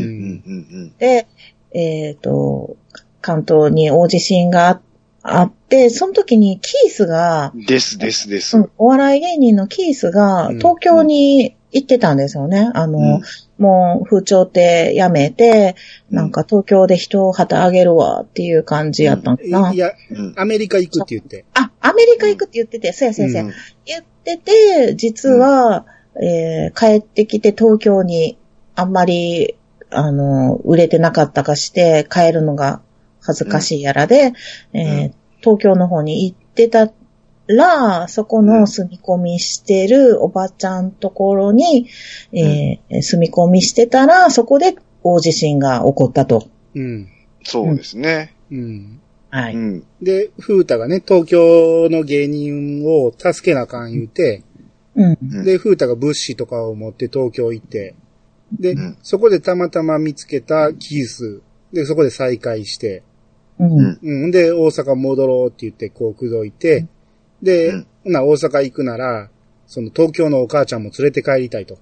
S2: ん、
S3: で、えっ、と、関東に大地震がああって、その時にキースが
S2: う、ん。です、です、です。
S3: うんお笑い芸人のキースが
S1: うん
S3: 東京に行ってたんですよね。あの、
S2: うん
S3: もう風潮ってやめて、なんか東京で人を旗あげるわっていう感じやったんかな。
S1: いや、
S2: うん。
S1: アメリカ行くって言って。
S3: あ、アメリカ行くって言ってて、そうやそうやそうや、
S1: うん
S3: 言ってて、実は、えー帰ってきて東京にあんまり、あの、売れてなかったかして、帰るのが恥ずかしいやらで、えー東京の方に行ってたら、そこの住み込みしてるおばちゃんところに、えー住み込みしてたら、そこで大地震が起こったと。
S1: うん。
S2: そうですね。
S1: うん。
S3: は
S2: う
S3: い。
S2: ん。
S1: で、風太がね、東京の芸人を助けなあかん言うて、
S3: うん。
S2: うん
S1: で、風太が物資とかを持って東京行って、で、
S2: うん
S1: そこでたまたま見つけたキース、で、そこで再会して、
S3: うん。
S1: うん。で、大阪戻ろうって言って、こう、口説いて、で、
S2: うん
S1: ほな、大阪行くなら、その東京のお母ちゃんも連れて帰りたいと。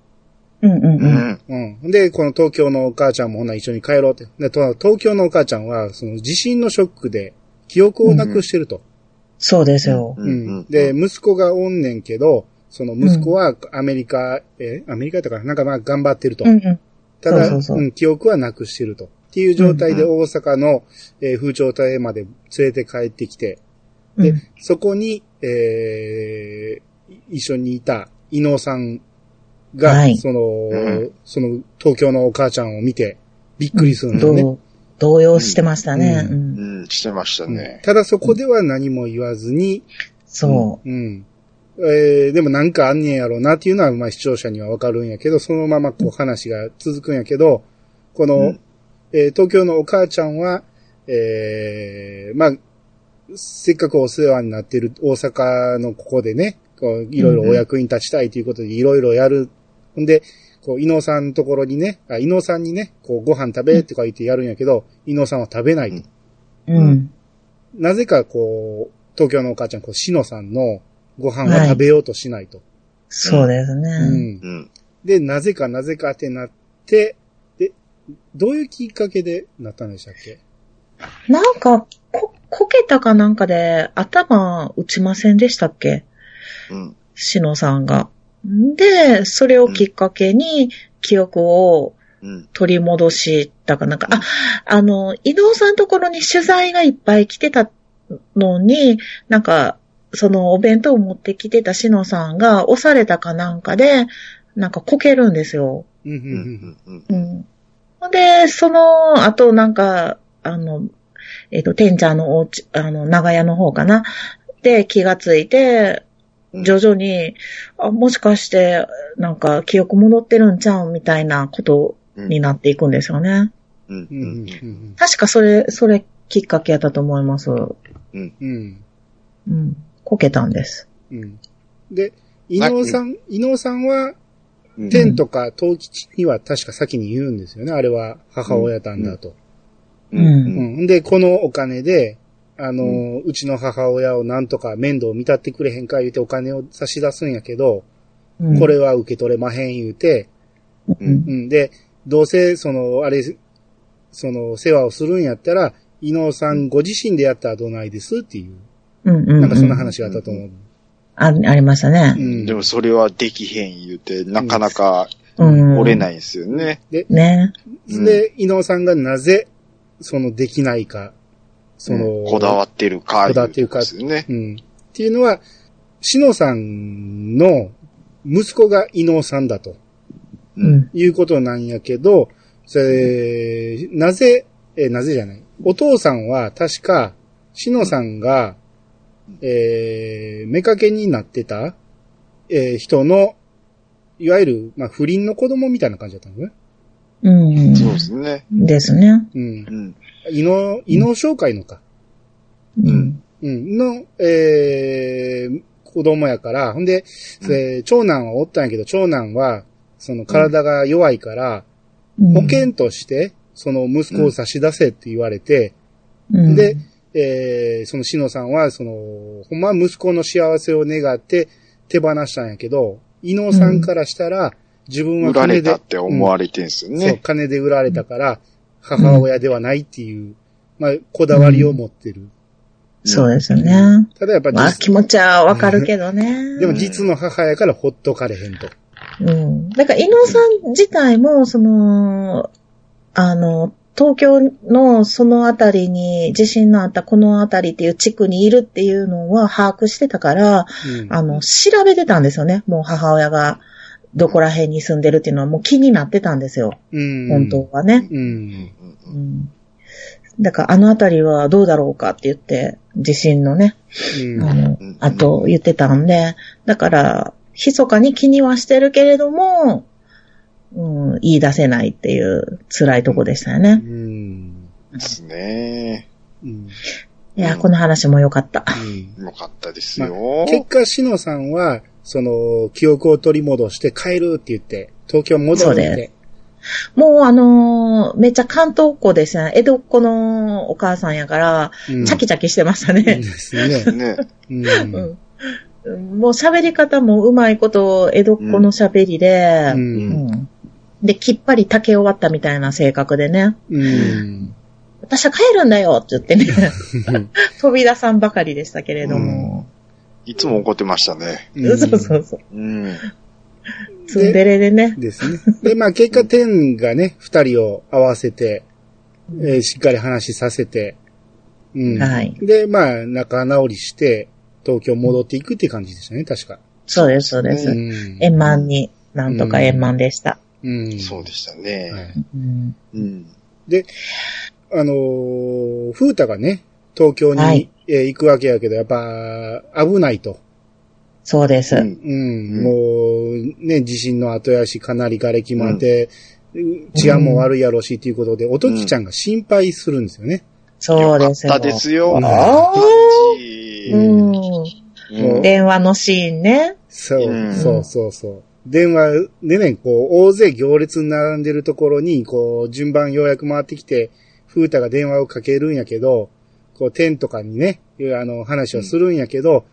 S3: うんうん
S2: う
S3: うん。
S2: ん。
S1: うん。で、この東京のお母ちゃんもほな一緒に帰ろうって。で、と東京のお母ちゃんは、その地震のショックで、記憶をなくしてると。
S3: そうですよ。
S1: う。
S2: うんん。
S1: で、、息子がおんねんけど、その息子はアメリカ、え、アメリカやったかななんかまあ頑張ってると。
S3: うんうん。
S1: ただ
S3: そうそうそう
S1: うん、記憶はなくしてると。っていう状態で大阪の、えー風潮隊まで連れて帰ってきて、
S3: う
S1: で
S3: ん、
S1: そこに、えー一緒にいた伊能さんが、
S3: はい
S1: その、
S2: うん
S1: その東京のお母ちゃんを見て、びっくりするんだよね。
S3: 動動揺してましたね。
S1: う
S3: うんん。
S2: うん、してました
S1: うん
S2: ね。
S1: ただそこでは何も言わずに、
S3: そう。
S1: うん。えーでもなんかあんねんやろうなっていうのは、まあ視聴者にはわかるんやけど、そのままこう話が続くんやけど、この、
S2: うん
S1: えー東京のお母ちゃんは、えーまあ、せっかくお世話になってる大阪のここでね、こういろいろお役に立ちたいということでいろいろやる。んで、こう、伊能さんのところにね、あ、伊能さんにね、こう、ご飯食べとか言ってやるんやけど、伊能さんは食べないと。
S3: うん。
S1: なぜかこう、東京のお母ちゃん、こう、しのさんのご飯は食べようとしないと。
S3: そうです
S1: う
S3: ね。
S1: ん。
S2: うん。
S1: で、なぜかなぜかってなって、で、どういうきっかけでなったんでしたっけ
S3: なんか、こ、こけたかなんかで頭打ちませんでしたっけ
S2: うん。
S3: しのさんが。で、それをきっかけに記憶を
S2: うん。
S3: 取り戻したかなんか、あ、あの、伊藤さんのところに取材がいっぱい来てたのに、なんか、そのお弁当を持ってきてたしのさんが押されたかなんかで、なんかこけるんですよ。
S1: うん、う、
S2: うん
S1: うん
S2: ん。うん。
S3: うん。ほんで、その後なんか、あの、えっ、と、天ちゃんのおうち、あの、長屋の方かな。で、気がついて、
S2: うん
S3: 徐々に、あ、もしかして、なんか、記憶戻ってるんちゃうみたいなことになっていくんですよね。
S2: うん。
S1: うん、うんうん
S3: 確かそれ、それきっかけやったと思います。
S1: うん。
S3: うん。こけたんです。
S1: うん。で、伊能さん、伊能さんは、
S2: うん。
S1: 天とか東吉には確か先に言うんですよね。あれは母親たんだと。
S2: うん。
S1: うん。で、このお金で、あのー、うちの母親をなんとか面倒見たってくれへんか言うてお金を差し出すんやけど、
S3: うん、
S1: これは受け取れまへん言うて、
S3: うん、
S1: うん。で、どうせ、その、あれ、その、世話をするんやったら、伊能さんご自身でやったらどないですっていう、
S3: うん、うん。
S1: なんかそんな話があったと思う。
S3: あ、ありましたね。
S1: うん
S2: でもそれはできへん言うて、なかなか
S3: うん。
S2: 折れないんですよね。
S3: ね。
S2: うん
S1: で、伊能さんがなぜ、その、できないか、その、
S2: こだわってるか、
S1: こだわってるか
S2: ですよね。
S1: うん。っていうのは、しのさんの息子が伊能さんだと
S3: う
S2: うん
S3: ん。
S1: いうことなんやけど、それ、なぜ、え、なぜじゃないお父さんは確か、しのさんが、えー、目かけになってた、えー人の、いわゆる、まあ、不倫の子供みたいな感じだったのね。
S3: うん。
S2: そうですね。
S3: ですね。
S1: うん
S2: う。ん。
S1: 伊能、伊能商会のか。
S3: うん。
S1: うん、の、えー、子供やから、ほんで、
S2: うん
S1: えー長男はおったんやけど、長男は、その体が弱いから、
S3: うん
S1: 保険として、その息子を差し出せって言われて、
S3: うん
S1: で、えー、そのしのさんは、その、ほんまは息子の幸せを願って手放したんやけど、伊能さんからしたら、自分は
S2: 売られ
S1: 金で、
S2: たって思われてんすよ
S1: そう、
S2: ね。
S1: 金で売られたから、母親ではないっていう、まあ、こだわりを持ってる。
S3: そうですよね。
S1: ただやっぱ
S3: まあ、
S1: 実
S3: 気持ちはわかるけどね。
S1: でも実の母やからほっとかれへんと。
S3: うん。だから、伊野さん自体も、その、あの、東京のそのあたりに、地震のあったこのあたりっていう地区にいるっていうのは把握してたから、
S1: うん
S3: あの、調べてたんですよね。もう母親がどこら辺に住んでるっていうのはもう気になってたんですよ。
S1: うん
S3: 本当はね。
S1: う。
S2: うんん
S3: う。ん。だから、あのあたりはどうだろうかって言って、地震のね、
S1: うん
S3: あの
S2: うん、
S3: あと言ってたんで、だから、密かに気にはしてるけれども、うん、言い出せないっていう辛いとこでしたよね。
S1: うん。
S2: ですね。
S1: うん
S3: いや、
S2: うん
S3: この話も良かった。
S2: よかったですよ。
S1: 結果、しのさんは、その、記憶を取り戻して帰るって言って、東京戻るっ
S3: そう
S1: て
S3: でもうあのーめっちゃ関東っ子ですね。江戸っ子のお母さんやから、
S1: うん
S3: チャキチャキしてました
S1: うん
S3: ね
S1: で。すね。
S2: ね。
S1: うん。
S3: [laughs] うんもう喋り方もうまいこと、江戸っ子の喋りで、
S1: うん。
S3: うんで、きっぱり竹終わったみたいな性格でね、
S1: うん。
S3: 私は帰るんだよって言ってね、 [laughs] 飛び出さんばかりでしたけれども、
S2: いつも怒ってましたね。
S1: うん
S3: [laughs] そうそうそう、
S2: うん。
S3: ツンデレでね、
S1: ですね。で、まあ結果天がね、二人を合わせて、えーしっかり話させて、うん。
S3: はい
S1: で、まあ仲直りして、東京戻っていくっていう感じでしたね、確か。
S3: そうです、そうです、
S1: うん。
S3: 円満に、なんとか円満でした。
S1: うん。
S2: そうでした
S1: すは
S2: ね。
S1: い。
S3: うん
S2: うん。
S1: あのー、風太がね、東京に、
S3: はい
S1: えー行くわけやけど、やっぱ、危ないと。
S3: そうです、
S2: う
S1: う
S2: ん
S1: ん、
S2: うん
S1: もう、ね、地震の後やし、かなり瓦礫もあって、治安も悪いやろうし、ということで、おときちゃんが心配するんですよね。
S3: そうです
S2: よかったですよ。
S1: うん
S3: あ
S2: 感
S3: ー
S2: じ
S3: うん
S1: もう
S3: 電話のシーンね。
S1: そう、
S2: うん
S1: そうそうそう。電話でね、こう、大勢行列に並んでるところに、こう、順番ようやく回ってきて、風太が電話をかけるんやけど、こう、天とかにね、あの、話をするんやけど、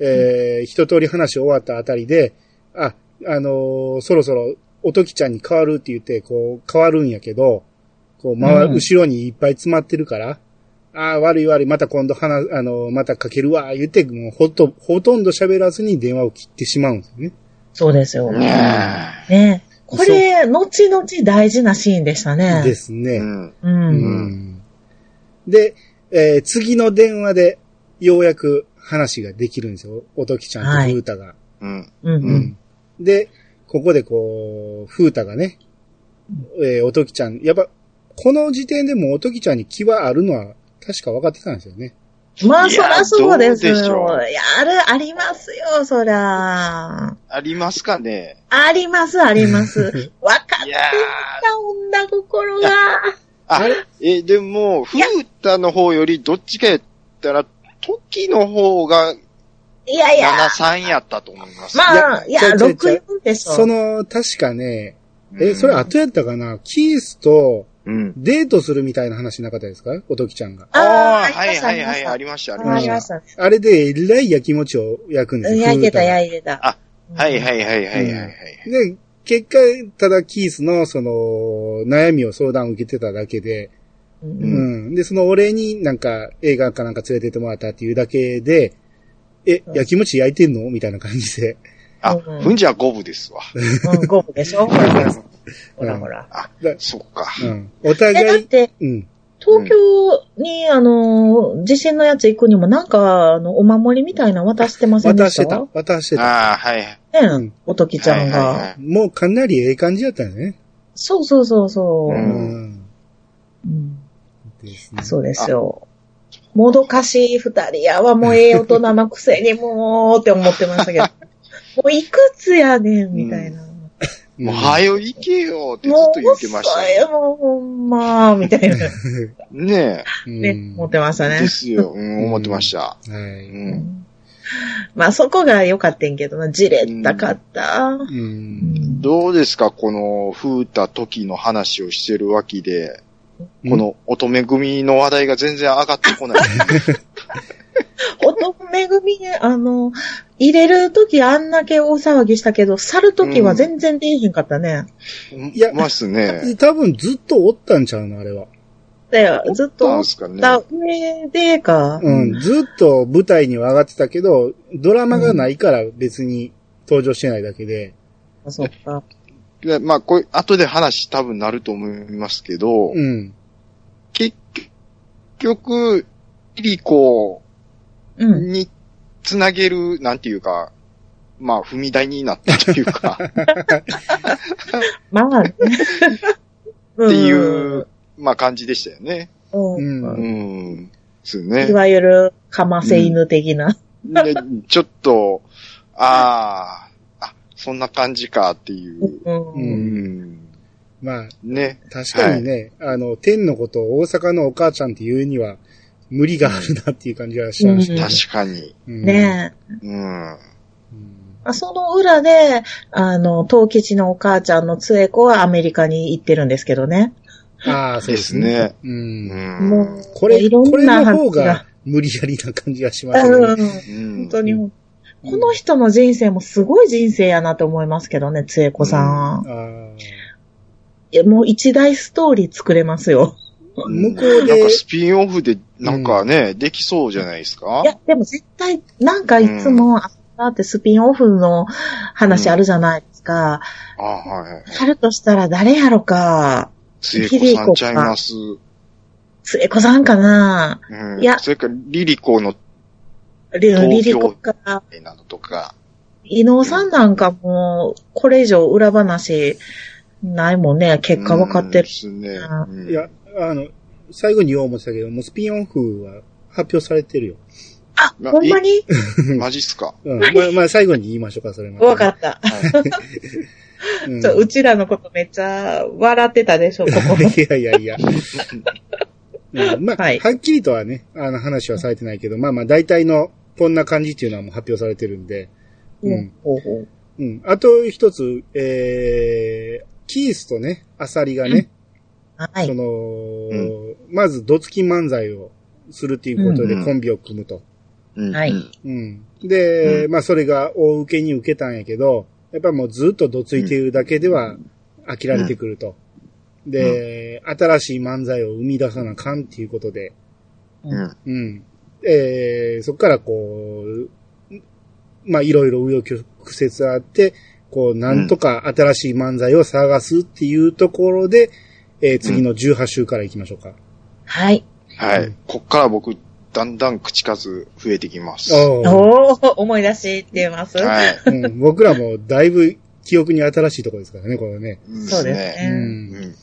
S1: えー、一通り話終わったあたりで、あ、あのーそろそろ、おときちゃんに変わるって言って、こう、変わるんやけど、こう、回る、
S3: うん
S1: 後ろにいっぱい詰まってるから、ああ、悪い悪い、また今度話、あの、またかけるわ、言って、もうほと、ほとんど喋らずに電話を切ってしまうんですよね。
S3: そうですよ。
S2: ねえ
S3: ねこれ、後々大事なシーンでしたね。
S1: ですね。
S2: うん。
S3: う。
S1: うんんで、えー次の電話で、ようやく話ができるんですよ。おときちゃんと風太が。
S2: うん。
S3: うん。
S1: う
S3: うんん。
S1: で、ここでこう、風太がね、えーおときちゃん、やっぱ、この時点でもうおときちゃんに気はあるのは、確か分かってたんですよね。
S3: まあ、
S2: い
S3: そ
S2: や
S3: らそうです
S2: どうでしょ
S3: よ。
S2: う
S3: いや、ある、ありますよ、そら。
S2: ありますかね
S3: あります、あります。わかっ
S2: い
S3: て
S2: や
S3: た女心が。
S2: あ、え、でも、ふ
S3: いや
S2: ーたの方よりどっちかやったら、時の方が
S3: いやいや。
S2: 73やったと思います。
S3: まあ、
S1: い
S3: い
S1: や
S3: や、
S1: ちょいちょいちょい
S3: 64でしょ。
S1: その、確かね、
S2: うん
S1: え、それ後やったかなキースと
S2: うん。
S1: デートするみたいな話なかったですかおときちゃんが。
S2: ああ、
S3: ー
S2: はいはいはい、あ
S3: り
S2: りました、あ
S3: ま
S2: り
S3: したあ
S2: ま
S3: り
S2: した。
S3: ました。
S1: あれで、えらい焼き餅を焼くんです
S3: うん
S1: よ。
S3: 焼いてた、
S1: 風太が
S3: 焼いてた。。
S2: あはいはいいはいはいはいはい。
S1: で、結果、ただキースの、その、悩みを相談を受けてただけで、
S3: う
S1: うんん。で、そのお礼になんか映画かなんか連れてってもらったっていうだけで、え、
S3: うん
S1: 焼き餅焼いてんのみたいな感じで。
S2: あ、
S3: うん
S2: ふんじゃ五分ですわ。
S3: うん、ゴムでしょほらほらほら。
S2: あ
S1: だ、
S2: そっか。
S1: うん。お
S3: え、だっ
S1: 互い、
S3: て、
S1: うん。
S3: 東京に、あの、地震のやつ行くにもなんか、あの、お守りみたいなの渡してませんで
S1: 渡
S3: し
S1: したてた。渡してた。
S2: ああ、はい。
S1: う
S3: ね
S1: ん
S3: おときちゃん
S2: はいはいは
S3: が
S2: い。
S1: もうかなりええ感じだったよね。
S3: そうそうそうそ
S1: う
S3: う
S1: ん
S3: う。
S1: ん。
S3: うん
S1: です
S3: あ
S1: ね。
S3: そうですよ。もどかしい二人やわ、もうええ大人のくせにもうって思ってましたけど。もういくつやねん、みたいな。
S1: うん
S2: もう、はよ行けよってずっ
S3: も
S2: と
S3: う
S2: 言ってました
S3: 遅い
S2: よ。
S3: よ、もうほんま、みたいな
S2: ね
S1: うん
S3: ね、思ってました
S2: え。
S3: ね
S2: で。すよ。うん、思ってました。
S1: は
S2: う
S1: い。
S2: ん。
S3: まあそこが良かったんけどな、じれったかった。
S1: うん。
S2: どうですかこの、風た時の話をしてるわけで、
S1: うん
S2: この乙女組の話題が全然上がってこない。
S3: 音めぐみね、あの、入れるときあんだけ大騒ぎしたけど、去るときは全然出えへんかったね。
S1: [laughs] いや
S2: ますね。
S1: 多分ずっとおったんちゃうの、あれは。
S3: で、ずっ
S2: どう
S3: と
S2: で、すかね。
S3: だ、上でか。
S1: うん、ずっと舞台には上がってたけど、ドラマがないから別に登場してないだけで。
S3: そっか。
S2: でまあ、これ、後で話多分なると思いますけど、
S1: うん。
S2: 結局、リリコ
S3: うん。
S2: につなげる、なんていうか、まあ、踏み台になったというか、っ
S3: まあ、ね、って
S2: ていう、まあ、感じでしたよね。
S3: うん
S1: う
S2: うん。です
S3: い
S2: ね。
S3: わゆる、かませ犬的な。
S2: でちょっと、ああ、あ、そんな感じかっていう。
S3: うん
S1: う
S2: うんん。
S1: まあ、
S2: ね。
S1: 確かにね、あの、天のことを大阪のお母ちゃんって言うには、無理があるなっていう感じはしました、
S3: うん
S2: 確かに。
S1: うん
S3: ね
S2: うん。
S1: うん
S3: その裏で、あの、東吉のお母ちゃんの杖子はアメリカに行ってるんですけどね。
S1: ああ、そうです
S2: で
S1: ね
S2: す。
S1: うん。
S3: も
S2: う
S3: う、
S1: これ、
S3: いろ
S1: これ
S3: んな
S1: の
S3: 話
S1: 方が
S3: が。
S1: 無理やりな感じがしますね。
S3: うん、
S2: ん。
S3: 本当に。
S1: う
S3: この人の人生もすごい人生やなと思いますけどね、杖子さん。
S1: あー
S3: いやもう一大ストーリー作れますよ。
S1: 向こう
S2: なん
S1: で
S2: か、スピンオフで、なんかね、できそうじゃないですか
S3: いや、でも絶対、なんかいつも、あだってスピンオフの話あるじゃないですか。
S2: あ、はい。
S3: あるとしたら誰やろか。
S2: つえこさんちゃいます。
S3: つえこさんかな
S2: うん。
S3: いや
S2: それから、リリコの、
S3: リ
S2: 東京
S3: リリコか。
S2: なのとか。
S3: 伊能さんなんかもう、これ以上裏話ないもんね。結果分かってる。
S2: うんですね。うん
S1: いや、あの、最後に言おう思ってたけど、もうスピンオフは発表されてるよ。
S3: あ、
S2: まあ
S3: ほんまに
S2: [laughs] マジっすか。
S1: うん。まあ、まあ、最後に言いましょうか、それまで。
S3: 分かった。
S1: うん
S3: そううちらのことめっちゃ笑ってたでしょ、ここ。
S1: [laughs]
S2: [laughs]
S1: いやいやいや。うんまあ、
S3: はい
S1: はっきりとはね、あの話はされてないけど、まあまあ大体のこんな感じっていうのはもう発表されてるんで。うん。
S3: ほうほ
S1: う
S3: う
S1: ん。あと一つ、えー、キースとね、アサリがね、
S3: は
S1: そ
S3: い。
S1: の、
S2: う
S1: まずドツキ漫才をするっていうこと
S2: う
S1: で
S2: ん
S1: コンビを組むと。
S2: うん
S3: はい
S2: うん
S1: うん。で、
S2: う
S1: まあそれが大受けに受けたんやけど、やっぱもうずっとどついているだけでは飽きられてくると。で、新しい漫才を生み出さなあかんっていうことで、
S2: うん。
S1: うん。えー、そっからこう、まあいろいろ紆余曲折あって、こうなんとか新しい漫才を探すっていうところで、えー、次の18週から行きましょうか。
S3: はい。
S2: は
S1: う
S2: い
S1: ん。
S2: こっから僕、だんだん口数増えてきます。は
S1: おー
S3: おー、思い出してます。
S2: い。
S1: うん、僕らもだいぶ記憶に新しいところですからね、これね。
S3: そうです
S1: う
S3: ね。。
S1: ん
S2: うん。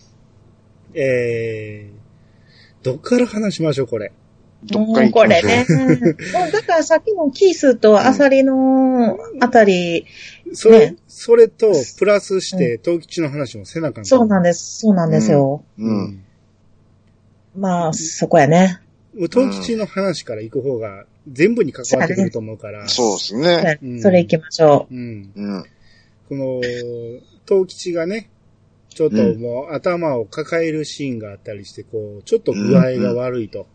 S1: えー、どっから話しましょう、これ。
S2: どっか
S3: もう
S2: に行
S3: こ
S2: きま
S3: れ
S2: しょう [laughs]
S3: ね。もうだからさっきのキースとアサリのあたり、
S1: それ、
S3: ね
S1: それと、プラスして、東吉の話も背中に。
S3: そうなんです。そうなんですよ。
S1: う
S2: うん。
S1: ん。
S3: まあ、そこやね。
S1: もう東吉の話から行く方が、全部に関わってくると思うから。
S2: そうですね。
S1: うん
S3: それ行きましょう。
S1: うん。
S2: うん。
S1: この、東吉がね、ちょっともう頭を抱えるシーンがあったりして、こう、ちょっと具合が悪いと。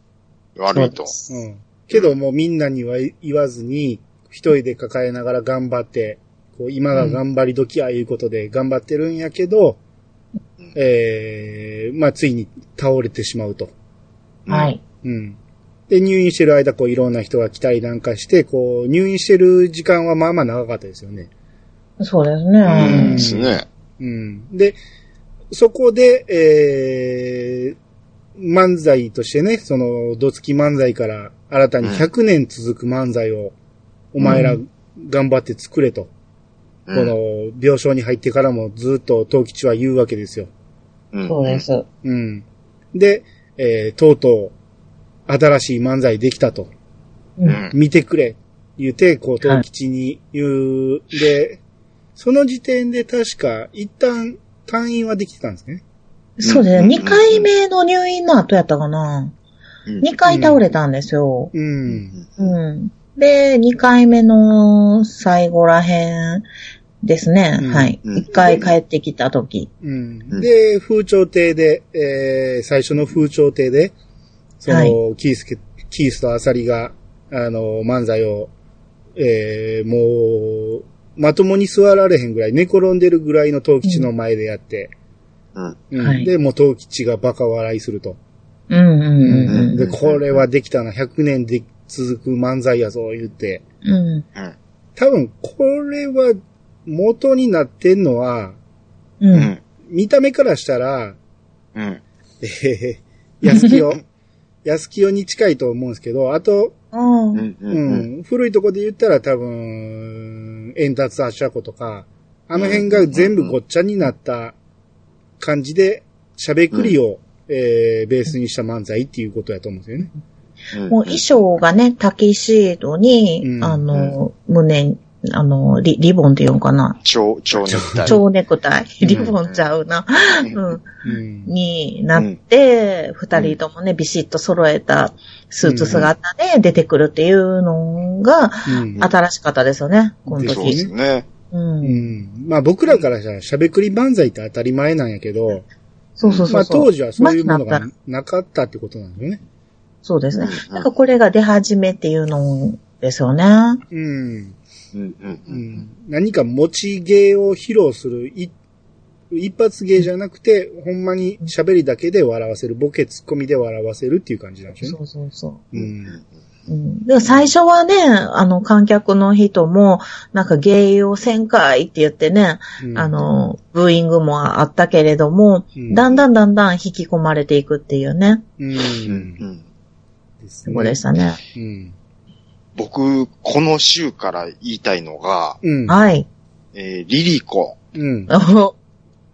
S2: 悪いと。
S1: うん。けどもうみんなには言わずに、一人で抱えながら頑張って、こう今が頑張り時やいうことで頑張ってるんやけど、
S2: うん
S1: ええまあついに倒れてしまうと。
S3: は。い。
S1: うん。で、入院してる間、こういろんな人が来たりなんかして、こう入院してる時間はまあまあ長かったですよね。
S3: そうです
S2: うん。
S1: ん
S3: ね。
S2: ですね。
S1: うん。で、そこで、えー、漫才としてね、その、どつき漫才から新たに100年続く漫才を、お前ら頑張って作れと、
S2: うん
S1: この、病床に入ってからもずっと東吉は言うわけですよ。
S2: うん
S3: そうです。
S1: うん。で、えー、とうとう、新しい漫才できたと、
S3: う。
S2: うんん。
S1: 見てくれ、言うて、こう、
S3: はい
S1: 東吉に言う、で、その時点で確か、一旦、退院はできてたんですね。
S3: そうで
S2: う
S3: す
S2: ん
S3: ね。2回目の入院の後やったかな。
S2: うん
S3: 2回倒れたんですよ。
S1: うん。
S3: うん。で、2回目の最後らへんですね。
S1: うん
S3: はい。
S2: うん
S3: 1回帰ってきた時。
S1: うんで、風潮亭で、えー最初の風潮亭で、その、
S3: はい
S1: キースケ、キースとアサリが、あの、漫才を、えーもう、まともに座られへんぐらい、寝転んでるぐらいの東吉の前でやって、
S2: うん。
S1: うん
S3: はい
S1: で、もう東吉がバカ笑いすると。
S3: うんうんうん
S1: で、これはできたな、100年で続く漫才やぞ、言って。
S3: うん。う
S1: 多分、これは、元になってんのは、
S3: ん。
S2: う
S3: うん。
S2: ん。
S1: 見た目からしたら、
S2: うん。
S1: えー、安
S3: [laughs]
S1: 清。安清に近いと思うんですけど、あと、
S3: あ
S2: う
S3: あ
S2: ん。
S1: う、
S2: うんん。
S1: 古いとこで言ったら多分、円達アシャコとか、あの辺が全部ごっちゃになった感じで、しゃべくりを、えー、ベースにした漫才っていうことやと思うんですよね。
S3: もう衣装がね、タキシードに、
S1: うん
S3: あの、胸あの、リリボンって言うんかな。
S2: 蝶、蝶ネクタイ。
S3: 蝶ネクタイ。リボンちゃうな。うん。
S1: うん。
S3: になって、二、人ともね、ビシッと揃えたスーツ姿で出てくるっていうのが、
S1: うん
S3: 新しかったですよね、この
S2: そうで
S3: 時。
S2: すね。
S3: うん
S1: うん。まあ僕らからじゃ、しゃべくり漫才って当たり前なんやけど、
S3: そうそうそ
S1: ま
S3: う
S1: あ
S3: そう。
S1: 当時はそういうもの
S3: まあ
S1: が
S3: なっ
S1: なかったってことなんですよね。
S3: そうですね。
S2: うん
S3: なんかこれが出始めっていうのですよね。
S1: うん。
S2: うんうん
S1: う
S2: うん
S1: ん、何か持ち芸を披露するい一発芸じゃなくて、ほんまに喋りだけで笑わせる、ボケツッコミで笑わせるっていう感じなんですよね。
S3: そうそうそう
S2: うん
S1: ん。
S3: う。うん、でも最初はね、あの観客の人も、なんか芸用旋回って言ってね、
S1: うん
S3: あ、の、ブーイングもあったけれども、だん
S1: だ
S3: だんだんだん引き込まれていくっていうね、
S1: ん。う。
S2: うんん
S1: す
S3: とこでしたね。
S1: うん。
S2: 僕、この週から言いたいのが、
S1: うん。
S3: はい。
S2: えーリリコ。
S1: うん。
S3: [laughs] お
S2: こ、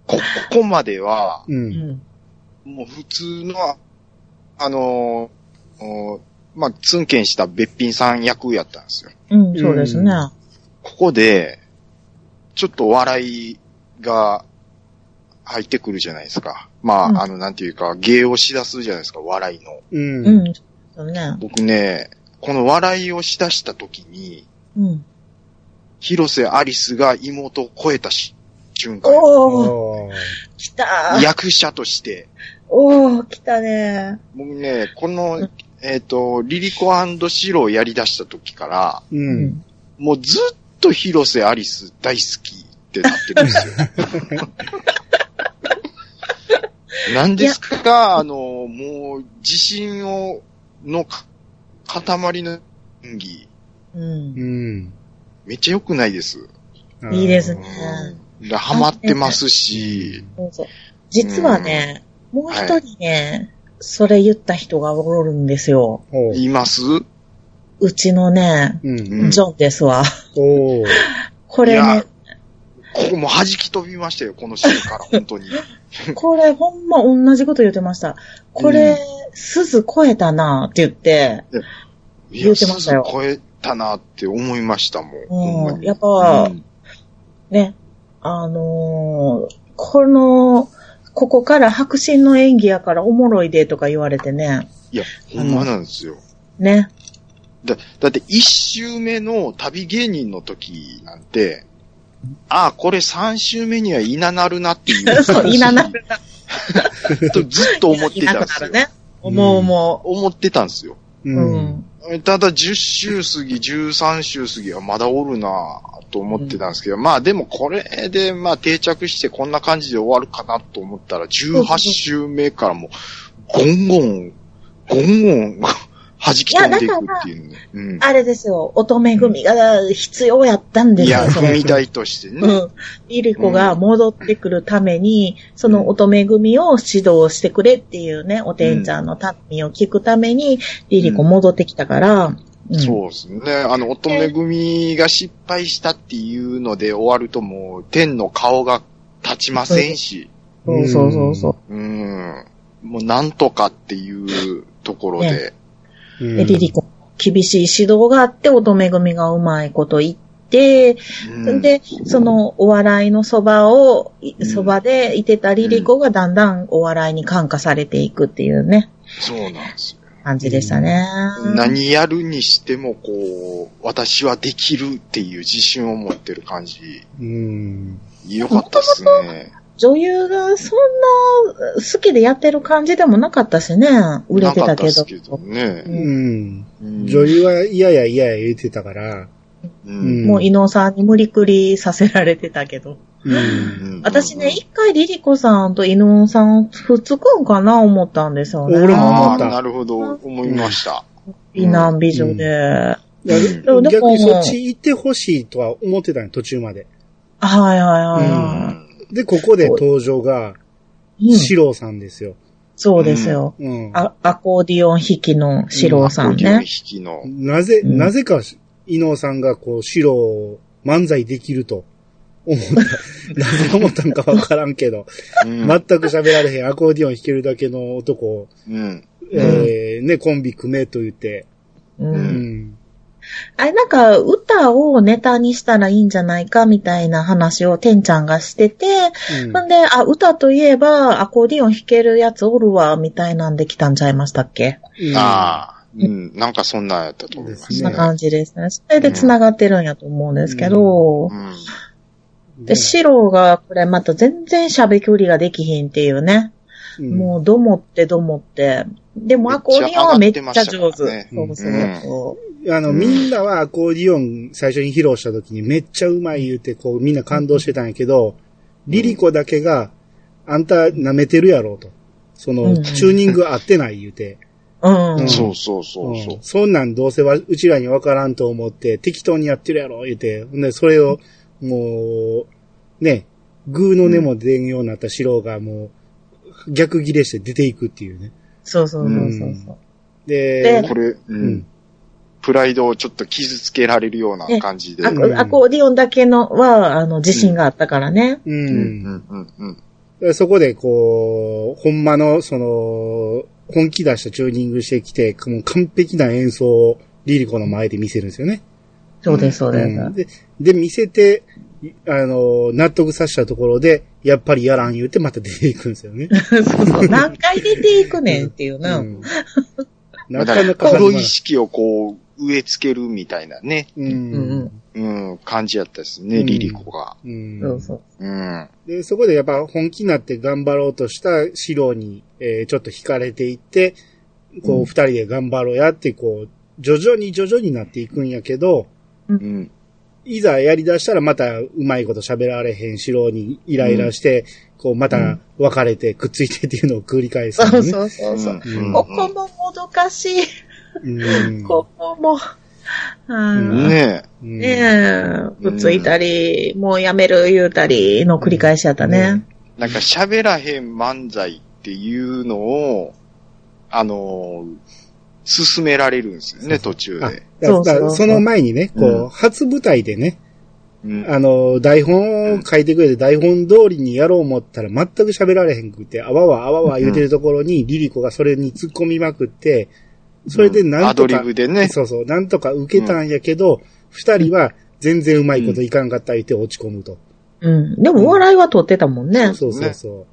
S2: ここまでは、
S1: う。
S3: うんん
S2: もう普通の、あのーおまあ、ツンケンしたべっぴんさん役やったんですよ。
S3: うん、そうですね。
S2: ここで、ちょっと笑いが入ってくるじゃないですか。まあ、
S3: うん
S2: あの、なんていうか、芸をしだすじゃないですか、笑いの。
S1: うん。
S3: うん、そうですね。
S2: 僕ね、この笑いをしだした時に、
S3: うん。
S2: 広瀬アリスが妹を超えたし瞬間、
S3: おー、
S1: おー
S3: 来たー。
S2: 役者として、
S3: おー、来たね
S2: 僕ね、こ
S3: う
S2: の
S3: ん、
S2: えっ、と、リリコシロをやり出した時から、
S1: う
S3: ー。
S1: ん。。
S2: もうずっと広瀬アリス大好きってなってるんですよ。
S3: [laughs]
S2: 何ですかあの、もう、自信を、のか、塊の演技、
S3: うん
S1: う。ん。
S2: めっちゃ良くないです。
S3: いいです
S1: あ
S3: ね
S2: でハマってますし、
S3: そうそう。実はね、もう一人ね、それ言った人がおるんですよ。
S1: ー。お
S2: 言
S1: ー
S2: います
S3: うちのね、
S1: うん。
S2: うん
S3: ジョンですわ。
S1: おー。
S3: これ
S2: いや
S3: ね、
S2: ここも弾き飛びましたよ、このシーンから、本当に。
S3: これほんま同じこと言ってました。これ、鈴超えたなって言って、
S2: い
S3: 言
S2: や、
S3: うてましたよ
S2: すぐ超えたなって思いましたもん。ほんま
S3: うん、
S2: に
S3: やっぱ、
S2: うん
S3: ね、あのーこの、ここから白真の演技やからおもろいでとか言われてね、
S2: いや、ほんまなんですよ。
S3: ね、
S2: だ、だって一周目の旅芸人の時なんて、ああ、これ三周目にはいななるなっていう。
S3: [laughs] [laughs] そう、いななるな、
S2: とずっと思って
S3: いな
S2: たんで
S3: くな
S2: すよ
S3: る。ね。思う思
S2: 思ってたんですよ。
S1: う
S3: う。うん。
S2: ただ10周過ぎ、13周過ぎはまだおるなぁと思ってたんですけど、まあでもこれでまあ定着してこんな感じで終わるかなと思ったら、18周目からもう、ゴンゴン、ゴンゴン弾き飛んでいくっていうね。うん
S3: あれですよ、乙女組が必要やったんで
S2: い
S3: す
S2: や、
S3: よ。そ
S2: 踏
S3: の
S2: み台としてね。
S3: うん。リリコが戻ってくるために、その乙女組を指導してくれっていうね、おてんちゃんのたみを聞くために、リリコ戻ってきたから、うん
S2: そうですね。あの、乙女組が失敗したっていうので終わるともう、天の顔が立ちませんし、
S3: そうそうそうそう。
S2: うん。もうなんとかっていうところで、
S1: うん。
S3: で、リリコ、厳しい指導があって、乙女組がうまいこと言って、
S2: うん
S3: で、そのお笑いのそばを
S2: う、ん
S3: そばでいてたリリコがだんだんお笑いに感化されていくっていうね、
S2: そうなんですよ。
S3: 感じでしたね。
S2: 何やるにしても、こう、私はできるっていう自信を持ってる感じ、
S1: うん。
S2: よかったですね。
S3: 女優がそんな好きでやってる感じでもなかったしね、売れて
S2: なか
S3: たけど。
S2: ったですけどね。
S1: うん。
S2: うん
S1: 女優は嫌や嫌や言ってたから、
S2: うん
S3: もう伊能さんに無理くりさせられてたけど。
S1: う。
S2: うんん
S3: 私ね、一回リリコさんと伊能さんふっつくんかな思ったんですよね。
S1: 俺も思
S2: あ
S1: っ
S2: あ、
S1: た
S2: なるほど、思いました。
S3: 美男美女で。
S1: いや
S3: うん
S1: 逆にそっち行ってほしいとは思ってたの、途中まで。
S3: はいはいはいうは
S2: ん
S1: で、ここで登場が、
S3: い。うん
S1: シローさんですよ。
S3: そうですよ。
S1: うん。
S3: あアコーディオン弾きの四郎さん
S2: 4
S3: ね。
S2: 匹の。
S1: なぜ、
S3: うん
S1: なぜか、伊能さんがこう、シローを漫才できると思った。 [laughs] なぜ思ったんかわからんけど、
S2: う
S1: 全
S2: ん
S1: く喋られへんアコーディオン弾けるだけの男を、
S2: うん。
S1: えーね、コンビ組めと言って、
S3: う。
S1: うんん。
S3: あれ、なんか、歌をネタにしたらいいんじゃないか、みたいな話をてんちゃんがしてて、
S1: うん
S3: ほんで、あ、歌といえば、アコーディオン弾けるやつおるわ、みたいなんで来たんちゃいましたっけ
S1: うん
S2: ああ、うん、なんかそんなんやったと思いま
S1: ですす
S3: そんな
S1: ね
S2: ね。
S3: 感じですね。それで繋がってるんやと思うんですけど、
S2: うん。
S3: で、シロが、これまた全然喋距離ができひんっていうね。
S1: うん
S3: もう、どもってどもって。でも、アコーディオンはめっちゃ上手。
S2: めっち
S1: ゃ上がってま
S2: したからね
S3: そうそうそう
S1: あの、
S2: うん
S1: みんなはアコーディオン最初に披露した時にめっちゃうまい言うて、こうみんな感動してたんやけど、リリコだけが、あんた舐めてるやろうと。その、
S3: うん
S1: チューニング合ってない言うて。
S3: うん。
S2: そうそう [laughs] そう
S1: う。
S2: そうん
S1: そんなんどうせわうちらにわからんと思って、適当にやってるやろ言うて。ほんで、それを、もう、ね、グーの根も出んようになったシロがもう、逆ギレして出ていくっていうね。
S3: そうそうそうそうそう。
S1: で
S3: で、
S2: これ、う
S1: うんん。
S2: プライドをちょっと傷つけられるような感じで。
S3: ア
S1: うん
S3: コアコーディオンだけのは、あの、自信があったからね。
S1: う。
S2: うんんうんうん
S1: でそこで、こう、ほんまの、その、本気出したチューニングしてきて、もう完璧な演奏をリリコの前で見せるんですよね。
S3: そうです、そうです。
S1: うんでで、見せて、あの、納得させたところで、やっぱりやらん言うてまた出ていくんですよね。
S3: そうそう。何回出ていくねんっていうな。
S1: うん
S2: だ
S1: なか
S2: か、
S1: らなか
S2: プ
S1: 始
S2: ロ
S1: まら
S2: 意
S1: ん
S2: 識をこう、植え付けるみたいなね、
S1: う
S3: うん
S1: ん。
S2: うん、感じやったですね、
S1: うん
S2: リリコが。
S1: うん
S3: そうそう。
S2: うん。
S1: で、そこでやっぱ本気になって頑張ろうとしたシロに、えーちょっと惹かれていって、こ
S2: う
S1: う、
S2: ん
S1: 二人で頑張ろうやって、こう、徐々に徐々になっていくんやけど、
S2: うん。
S1: いざやり出したらまたうまいこと喋られへんしろにイライラして、こうまた別れてくっついてっていうのを繰り返す、ね。
S3: そうそうそうそう。
S1: うん
S3: ここももどかしい。
S1: うん。
S3: ここも。あ
S1: う
S3: ー
S1: ん
S2: ね
S1: うん
S3: ねえ、ぶついたり、もうやめる言うたりの繰り返しやったね。
S2: え、なんか喋らへん漫才っていうのを、あのー、進められるんですよね、途中
S1: あ
S2: で。
S1: だか
S3: そうそう
S1: ら
S3: そう
S1: その前にね、こ
S2: うん
S1: う、初舞台でね、
S2: うん
S1: あの、台本を書いてくれて、台本通りにやろう思ったら全く喋られへんくって、あわわあわわ言うてるところに、リリコがそれに突っ込みまくって、それでな
S2: ア
S1: んと
S2: ド
S1: か、
S2: リブでね。
S1: そうそう、なんとか受けたんやけど、二、人は全然うまいこといかんかった言って落ち込むと。
S3: うん。でも、お笑いは取ってたもんね。
S1: そうそうそ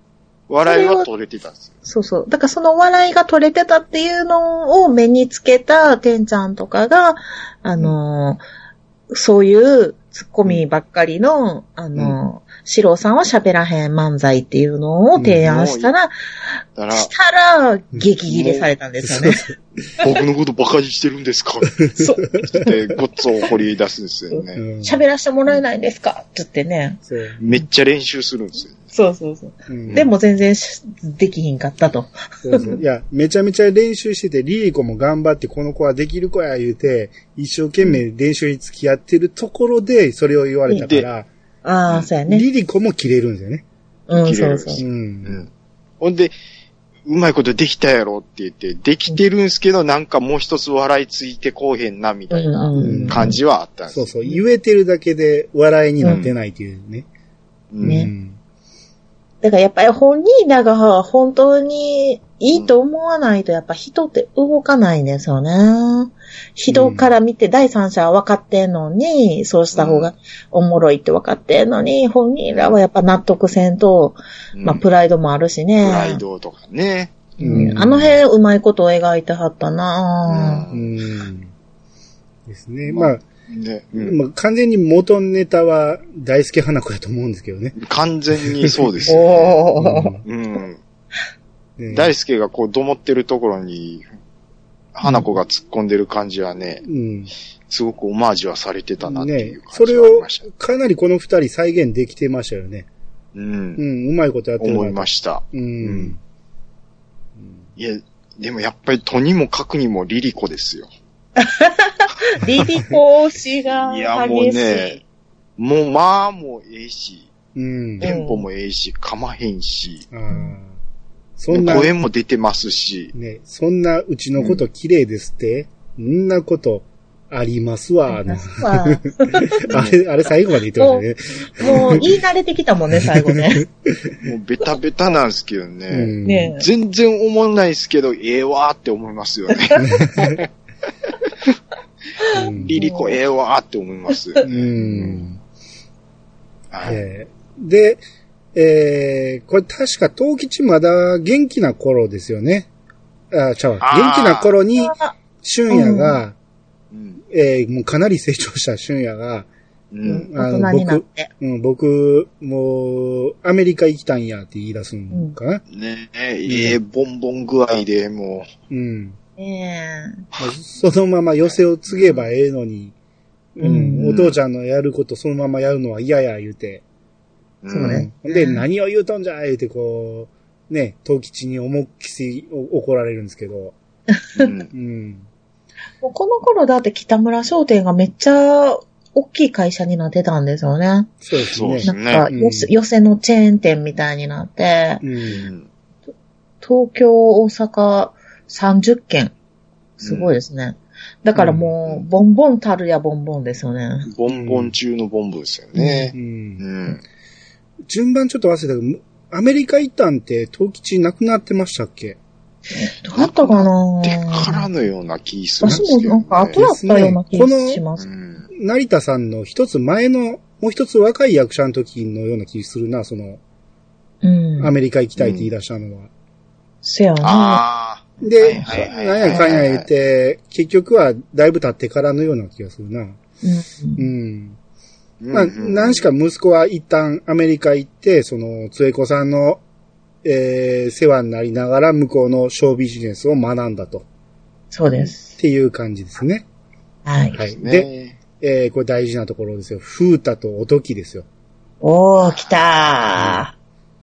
S1: う。
S2: 笑いは取れてたんですよ。
S3: そうそう。だから、そのお笑いが取れてたっていうのを目につけた、てんちゃんとかが、あのーそういうツッコミばっかりの、あのー、シロさんは喋らへん漫才っていうのを提案したら、
S2: だから、
S3: したら、激切れされたんですよね。
S2: 僕のことバカにしてるんですか
S3: [laughs] そう。
S2: って、ごっつを掘り出すんですよね。
S1: うん
S3: 喋らせてもらえないんですかって言ってね。
S1: そう。
S2: めっちゃ練習するんですよ。
S3: そうそうそう。
S1: うん
S3: で、も全然しできひんかったと。
S1: そうそういや、めちゃめちゃ練習してて、リリコも頑張って、この子はできる子や言うて、一生懸命練習に付き合ってるところで、それを言われたから、
S3: ああ、そうやね。
S1: リリコも切れるんですよね。
S3: うん、
S2: 切れ
S3: そ
S2: る
S3: う
S2: し
S3: そう。
S1: う。
S2: うんん。ほんで、うまいことできたやろって言って、できてるんすけど、なんかもう一つ笑いついてこうへんな、みたいな
S3: うん
S1: うん
S2: 感じはあったんです
S1: そう
S2: よ。
S1: そう、言えてるだけで笑いになってないというね。
S2: うん
S3: ね
S1: うん
S3: だからやっぱり本人らが本当にいいと思わないとやっぱ人って動かないんですよね。人から見て第三者は分かってんのに、そうした方がおもろいって分かってんのに、本人らはやっぱ納得せんと、
S2: うん
S3: まあプライドもあるしね。
S2: プライドとかね。
S3: うん
S1: うん
S3: あの辺うまいことを描いてはったなぁ。
S1: うん。ですね。
S2: まあ
S1: まあ、
S2: ね、うん
S1: まあ完全に元ネタは大好き花子やと思うんですけど
S3: [laughs]
S1: ね。
S2: 完全にそうです [laughs] よ、ね。
S3: おー。
S2: うん。
S1: うん
S2: 大輔がこう、どもってるところに、花子が突っ込んでる感じはね、
S1: うん。
S2: すごくオマージュはされてたなってい
S1: ね
S2: う、
S1: そ
S2: 感じ
S1: れ
S2: はあり
S1: を
S2: ました。
S1: かなりこの二人再現できてましたよね。
S2: う。
S1: うんん、うまいことやってるな
S2: 思いました。
S1: うん。
S2: いや、でもやっぱりとにもかくにもリリコですよ。
S3: リリコ推しが
S2: いや、もう
S3: 激しい
S2: ね。、もうまあもええし、
S1: うん。
S2: テンポもええし、かまへんし、
S1: あーそんな、
S2: 声も出てます
S3: [laughs]
S2: し、
S1: ね、そんなうちのこと綺麗ですって、んなことありますわ、な
S3: ま
S1: あれ、あれ最後まで言ってまし
S3: あもう言い慣れてきたもんね、最後ね。
S2: もうベタベタなんですけど
S1: たね。う
S2: ね。
S1: ん
S3: ねえ
S2: 全然思わないですけど、ええわーって思いますよね。
S1: うん
S2: [laughs] リリコええわーって思います。
S1: うん。
S2: はい
S1: えーで、えーこれ確か東吉まだ元気な頃ですよね。あ、ちゃうわ。
S2: あー
S1: 元気な頃に、俊也が、
S2: うん
S1: えーもうかなり成長した俊也が、
S2: う
S3: うんん大人になって。
S1: うん、僕、もう、アメリカ行きたんやって言い出すんかな。
S2: ねえ、ええ、ボンボン具合で、も
S1: うん。
S3: ねえ
S1: まあそのまま寄せを告げばええのに、うん、
S2: う
S1: お
S2: ん
S1: 父ちゃんのやることそのままやるのは嫌や言うて。
S2: う。
S3: そうね
S1: うんで、
S3: うん
S1: 何を言うとんじゃ言うてこう、ね、東吉に思いっきしお怒られるんですけど、
S2: うん。うん
S1: うん。
S3: もうこの頃だって北村商店がめっちゃ大きい会社になってたんですよね。
S1: そうです
S2: そう
S1: ね
S2: で。す
S3: な
S2: ね
S3: んか、
S1: うん
S3: よせ寄せのチェーン店みたいになって、
S1: うん。
S3: 東京、大阪30件。 [laughs] すごいですね。だからもう、ボンボンたるやボンボンですよね。
S2: ボンボン中のボンボンですよね
S1: う。ん
S2: うん。
S1: 順番ちょっと忘れたけどむ、アメリカ行ったんって東吉亡くなってましたっけ
S3: どうだったかな
S2: でからのような気するんです
S3: 私も
S2: けど、
S3: なん
S2: ね。
S3: か後だったような気がします。
S2: うん。
S1: 成田さんの一つ前の、もう一つ若い役者の時のような気するな、その、
S3: うん。
S1: アメリカ行きたいって言い出したのは。
S3: せやな。
S2: ああ。
S1: で、
S2: はいはいはい
S1: なんやかんや言って、結局はだいぶ経ってからのような気がするな。
S3: うん
S1: うん。
S2: うん
S1: まあ、何しか。息子は一旦アメリカ行って、その、つえこさんの、えー、世話になりながら向こうのショービジネスを学んだと。
S3: そうです。
S1: っていう感じですね。
S3: はい。
S1: はい。で、
S2: ね。
S1: えー、これ大事なところですよ。風太とおときですよ。
S3: おー、来た